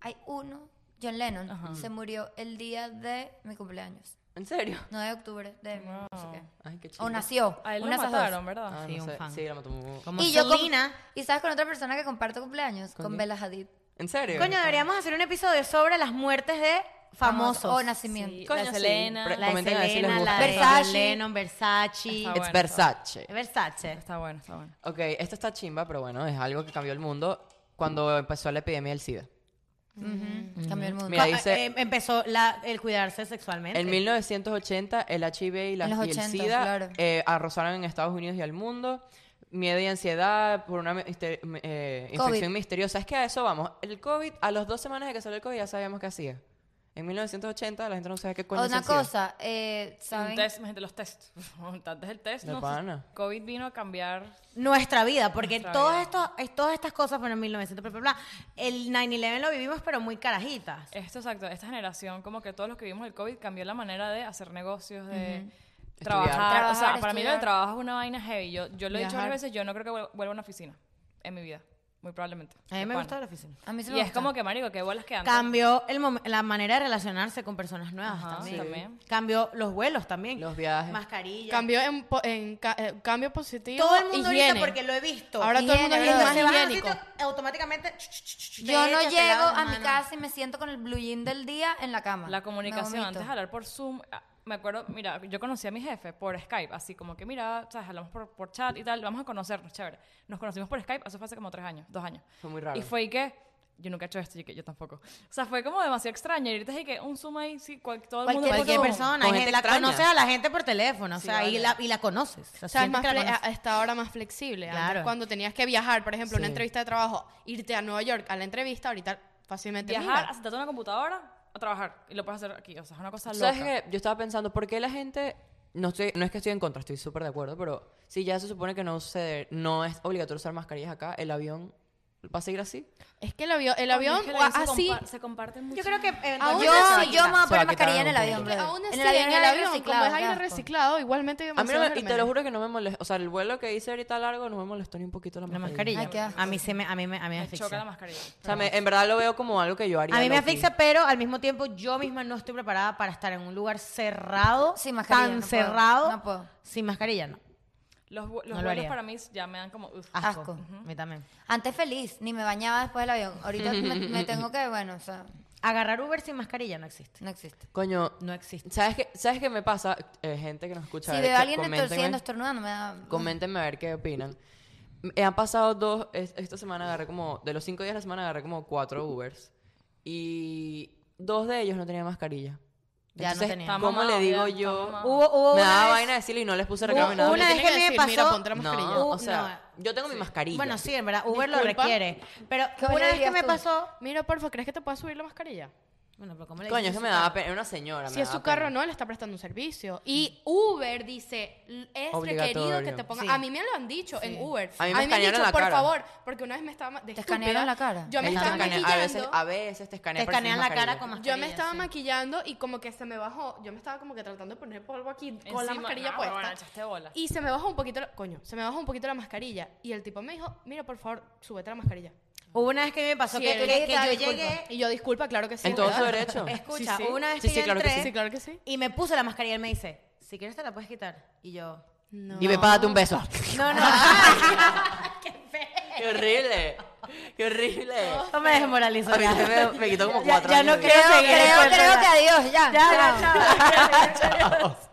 S2: Hay uno, John Lennon,
S4: Ajá.
S2: se murió el día de mi cumpleaños.
S3: ¿En serio?
S2: 9 de octubre de no sé qué.
S3: Ay, qué chido.
S2: O nació.
S4: A él lo
S2: una de esas dos.
S4: mataron, ¿verdad?
S3: Ah,
S5: Sí,
S3: no
S5: un
S3: sé.
S5: fan.
S3: Sí, la mató.
S5: Como
S2: Y yo con,
S5: Selena.
S2: y sabes con otra persona que comparto cumpleaños, con,
S3: quién?
S2: Bella Hadid.
S3: ¿En serio? Ah,
S5: Coño, deberíamos hacer un episodio sobre las muertes de famosos.
S2: O nacimiento.
S4: Sí,
S3: Coño,
S4: la
S3: sí.
S4: Selena.
S3: Pre-
S5: La de
S3: Comenten a ver si les
S5: Selena, la
S3: gusta.
S5: de
S2: Versace.
S5: John Lennon, Versace.
S4: Está
S3: It's
S4: bueno.
S3: Versace.
S5: Versace.
S4: Está bueno, está bueno.
S3: Ok, esta está chimba, pero bueno, es algo que cambió el mundo cuando empezó la epidemia del SIDA.
S2: Cambió el mundo.
S3: Mira,
S5: Ah,
S3: dice-
S5: eh, empezó la- el cuidarse sexualmente.
S3: En 1980, el HIV y, la,
S2: En los
S3: y el
S2: 80,
S3: SIDA
S2: claro.
S3: eh, arrasaron en Estados Unidos y al mundo. Miedo y ansiedad por una mister- eh,
S2: COVID.
S3: infección misteriosa. Es que a eso vamos. El COVID, a las dos semanas de que salió el COVID, ya sabíamos qué hacía. En 1980, la gente no sabía qué coño es
S2: Una
S3: el SIDA.
S2: cosa, eh,
S4: Un
S2: ¿saben?
S4: test, imagínate los tests. Antes del test,
S3: De
S4: no.
S3: pana.
S4: COVID vino a cambiar.
S5: Nuestra vida, porque
S4: Nuestra
S5: todos
S4: vida.
S5: estos, es- todas estas cosas fueron en 1900, bla, bla, bla. El 9-11 lo vivimos, pero muy carajitas.
S4: Esto, exacto. Esta generación, como que todos los que vivimos el COVID, cambió la manera de hacer negocios, de trabajar.
S3: Estudiar.
S4: O sea,
S2: Trabajar,
S4: para mí lo de
S2: estudiar.
S4: trabajo es una vaina heavy. Yo, yo lo he dicho
S1: Viajar.
S4: varias veces, yo no creo que vuel- vuelva a una oficina en mi vida. Muy probablemente.
S5: A mí
S4: De
S5: me
S4: pana.
S5: gusta la oficina.
S2: A mí se me
S4: Y es
S2: gusta.
S4: como que, marico, que bolas que antes.
S5: Cambió el mom- la manera de relacionarse con personas nuevas
S4: Ajá,
S5: también.
S4: sí. Ah, también.
S5: Cambió los vuelos también.
S3: Los viajes.
S5: Mascarillas.
S1: Cambio, en, po- en ca- eh, cambio positivo.
S5: Todo el mundo ahorita,
S1: higiene.
S5: porque lo he visto.
S1: Ahora todo el mundo
S5: Higiene,
S1: es más
S5: se bajan al
S1: higiénico.
S5: sitio, automáticamente. ch, ch, ch, ch,
S2: Yo
S5: te echas,
S2: no
S5: te
S2: llego
S5: lavas
S2: a
S5: las
S2: mi
S5: manos.
S2: casa y me siento con el blue jean del día en la cama.
S4: La
S2: Me
S4: comunicación,
S2: vomito.
S4: antes de hablar por Zoom, ah, me acuerdo, mira, yo conocí a mi jefe por Skype, así como que, mira, sabes, hablamos por, por chat y tal, vamos a conocernos, chévere. Nos conocimos por Skype, eso fue hace como tres años, dos años.
S3: Fue muy raro.
S4: Y fue y que, yo nunca he hecho esto, yo, que- yo tampoco. O sea, fue como demasiado extraño. Y ahorita dije que un Zoom ahí, sí, cual- todo el mundo...
S5: Cualquier
S2: Cualquier-
S4: puso como-
S5: persona,
S3: con
S5: hay gente-
S3: gente
S5: la
S3: extraña.
S5: conoces a la gente por teléfono, o
S4: Sí,
S5: sea, y,
S4: vale.
S5: la, y la conoces. O sea,
S1: O sea, es
S5: sientes
S1: más
S5: que la
S1: fle-
S5: conoces.
S1: a- hasta ahora más flexible. Antes,
S5: Claro.
S1: cuando tenías que viajar, por ejemplo, una
S3: Sí.
S1: entrevista de trabajo, irte a Nueva York a la entrevista, ahorita fácilmente
S4: Viajar,
S1: mira.
S4: a sentarte en una computadora a trabajar. Y lo puedes hacer aquí. O sea, es una cosa loca.
S3: ¿Sabes qué? Yo estaba pensando, ¿por qué la gente.? No, estoy, no es que estoy en contra, estoy súper de acuerdo, pero si ya se supone que no, sucede, no es obligatorio usar mascarillas acá, el avión va a seguir así.
S1: Es que el avión, el
S4: Coño,
S1: avión
S4: Oh, es que el
S1: o
S4: se
S1: así,
S4: compa- se comparten mucho.
S5: Yo creo que
S1: Aún
S5: eventualmente...
S2: Ah, Yo,
S1: así-
S2: yo me voy a
S3: Se va a
S2: poner mascarilla
S3: quitar
S2: en el
S3: un
S2: avión,
S3: punto.
S1: que
S2: brother.
S1: aún así,
S2: en el avión,
S1: en
S2: es
S1: el
S2: aire
S1: avión, como
S2: reciclado,
S1: es aire
S2: qué asco.
S1: reciclado, igualmente
S3: A mí no
S1: demasiado
S3: me- y te
S1: gérmenes.
S3: lo juro que no me molesta. O sea, el vuelo que hice ahorita largo no me molestó ni un poquito la
S5: La
S3: mascarilla.
S5: mascarilla.
S2: Ay, qué asco.
S5: a mí sí me, a mí me, a mí me
S4: Me choca la
S5: asfixia.
S4: mascarilla.
S3: O sea, me- en verdad lo veo como algo que yo haría.
S5: A mí me
S3: low-key.
S5: asfixia, pero al mismo tiempo yo misma no estoy preparada para estar en un lugar cerrado,
S2: Sin mascarilla,
S5: tan
S2: no puedo,
S5: cerrado,
S2: no puedo.
S5: sin mascarilla, no.
S4: Los, vu- los
S5: No lo
S4: vuelos
S5: haría. Ah,
S4: para mí ya me dan como... uf.
S5: Asco.
S2: Asco.
S5: A mí también.
S2: Antes feliz, ni me bañaba después del avión. Ahorita me, me tengo que, bueno, o sea,
S5: Agarrar Uber sin mascarilla no existe.
S2: no existe.
S3: Coño,
S5: No existe.
S3: ¿sabes qué, ¿sabes qué me pasa? Eh, gente que nos escucha.
S2: Si veo
S3: ver,
S2: a
S3: que- eh,
S2: alguien
S3: coméntenme.
S2: entorciendo, estornudando, me da...
S3: Coméntenme a ver qué opinan. Eh, han pasado dos, es- esta semana agarré como, de los cinco días de la semana agarré como cuatro Ubers. Y dos de ellos no tenían mascarilla.
S5: Ya no tenían.
S4: Está
S3: ¿Cómo le
S4: mamado,
S3: digo
S4: ya, está
S3: yo?
S4: mamado.
S5: Hubo, hubo
S3: me
S5: una
S3: daba
S5: vez-
S3: vaina decirlo y no les puse
S5: Hubo
S3: recomendable.
S5: una
S1: Le
S5: vez
S1: tienen
S5: que
S1: que
S5: me
S1: decir, mira,
S5: pasó-
S1: ponte la
S3: No,
S1: mascarilla.
S3: o sea, yo tengo mi mascarilla.
S5: Bueno, sí, en verdad, Uber lo
S1: Disculpa.
S5: requiere. Pero
S2: ¿Qué
S5: una vez que
S2: dirías
S5: me
S2: tú?
S5: pasó...
S1: Mira, porfa, ¿crees que te pueda subir la mascarilla?
S5: Bueno, pero ¿cómo le
S3: Coño,
S5: dices
S3: es que
S5: a
S3: me
S5: su
S3: daba
S5: carro?
S3: pena. Era una señora.
S1: Si
S3: me
S1: es
S3: daba
S1: su carro,
S3: pena.
S1: no, le está prestando un servicio. Y Uber dice, "L- es requerido que
S3: Obligatorio.
S1: te ponga.
S5: Sí.
S1: A mí me lo han dicho en Uber.
S3: A mí me
S1: me, han
S3: escanearon
S1: dicho,
S3: la
S1: por
S3: cara.
S1: favor, porque una vez me estaba. ma- de
S2: ¿Te
S1: estúpida,
S2: escanearon la cara?
S1: Yo me
S3: Ellos te
S1: estaba
S3: escanean-
S1: maquillando.
S3: a veces, a veces te escanean,
S5: Te
S3: pero sin
S5: escanean la cara
S3: mascarilla.
S5: con
S1: Yo me
S5: mascarilla,
S1: estaba
S5: sí.
S1: maquillando y como que se me bajó. Yo me estaba como que tratando de poner polvo aquí con la
S4: Encima,
S1: mascarilla
S4: no,
S1: puesta.
S4: bueno, echaste bola.
S1: Y se me bajó un poquito, la- coño, se me bajó un poquito la mascarilla. Y el tipo me dijo, mira, por favor, súbete la mascarilla.
S5: Hubo una vez que me pasó
S2: Sí,
S5: que,
S2: él
S5: que-
S2: le
S5: que
S2: da
S5: yo
S2: disculpa.
S5: llegué...
S1: Y yo, disculpa, claro que sí.
S3: En todo su
S1: ¿verdad?".
S3: derecho.
S5: Escucha,
S1: Sí, sí.
S5: hubo una vez
S3: Sí,
S5: que
S3: sí,
S5: yo
S3: claro que
S5: entré
S1: Sí, claro que sí.
S5: y me puse la mascarilla y él me dice, si quieres te la puedes quitar. Y yo,
S1: No.
S3: Dime, para date un beso.
S5: no, no.
S3: ¡Qué horrible! ¡Qué horrible!
S5: No me desmoralizó.
S3: A mí se
S5: Ya,
S3: me, me quitó como
S5: ya,
S3: cuatro
S5: ya
S3: años
S5: no
S3: de
S5: creo
S2: Creo,
S5: seguir. pues,
S2: creo,
S5: después,
S2: creo
S5: ¿verdad?
S2: que adiós, ya.
S5: Ya,
S2: chao.
S5: ya, chao.
S3: vida.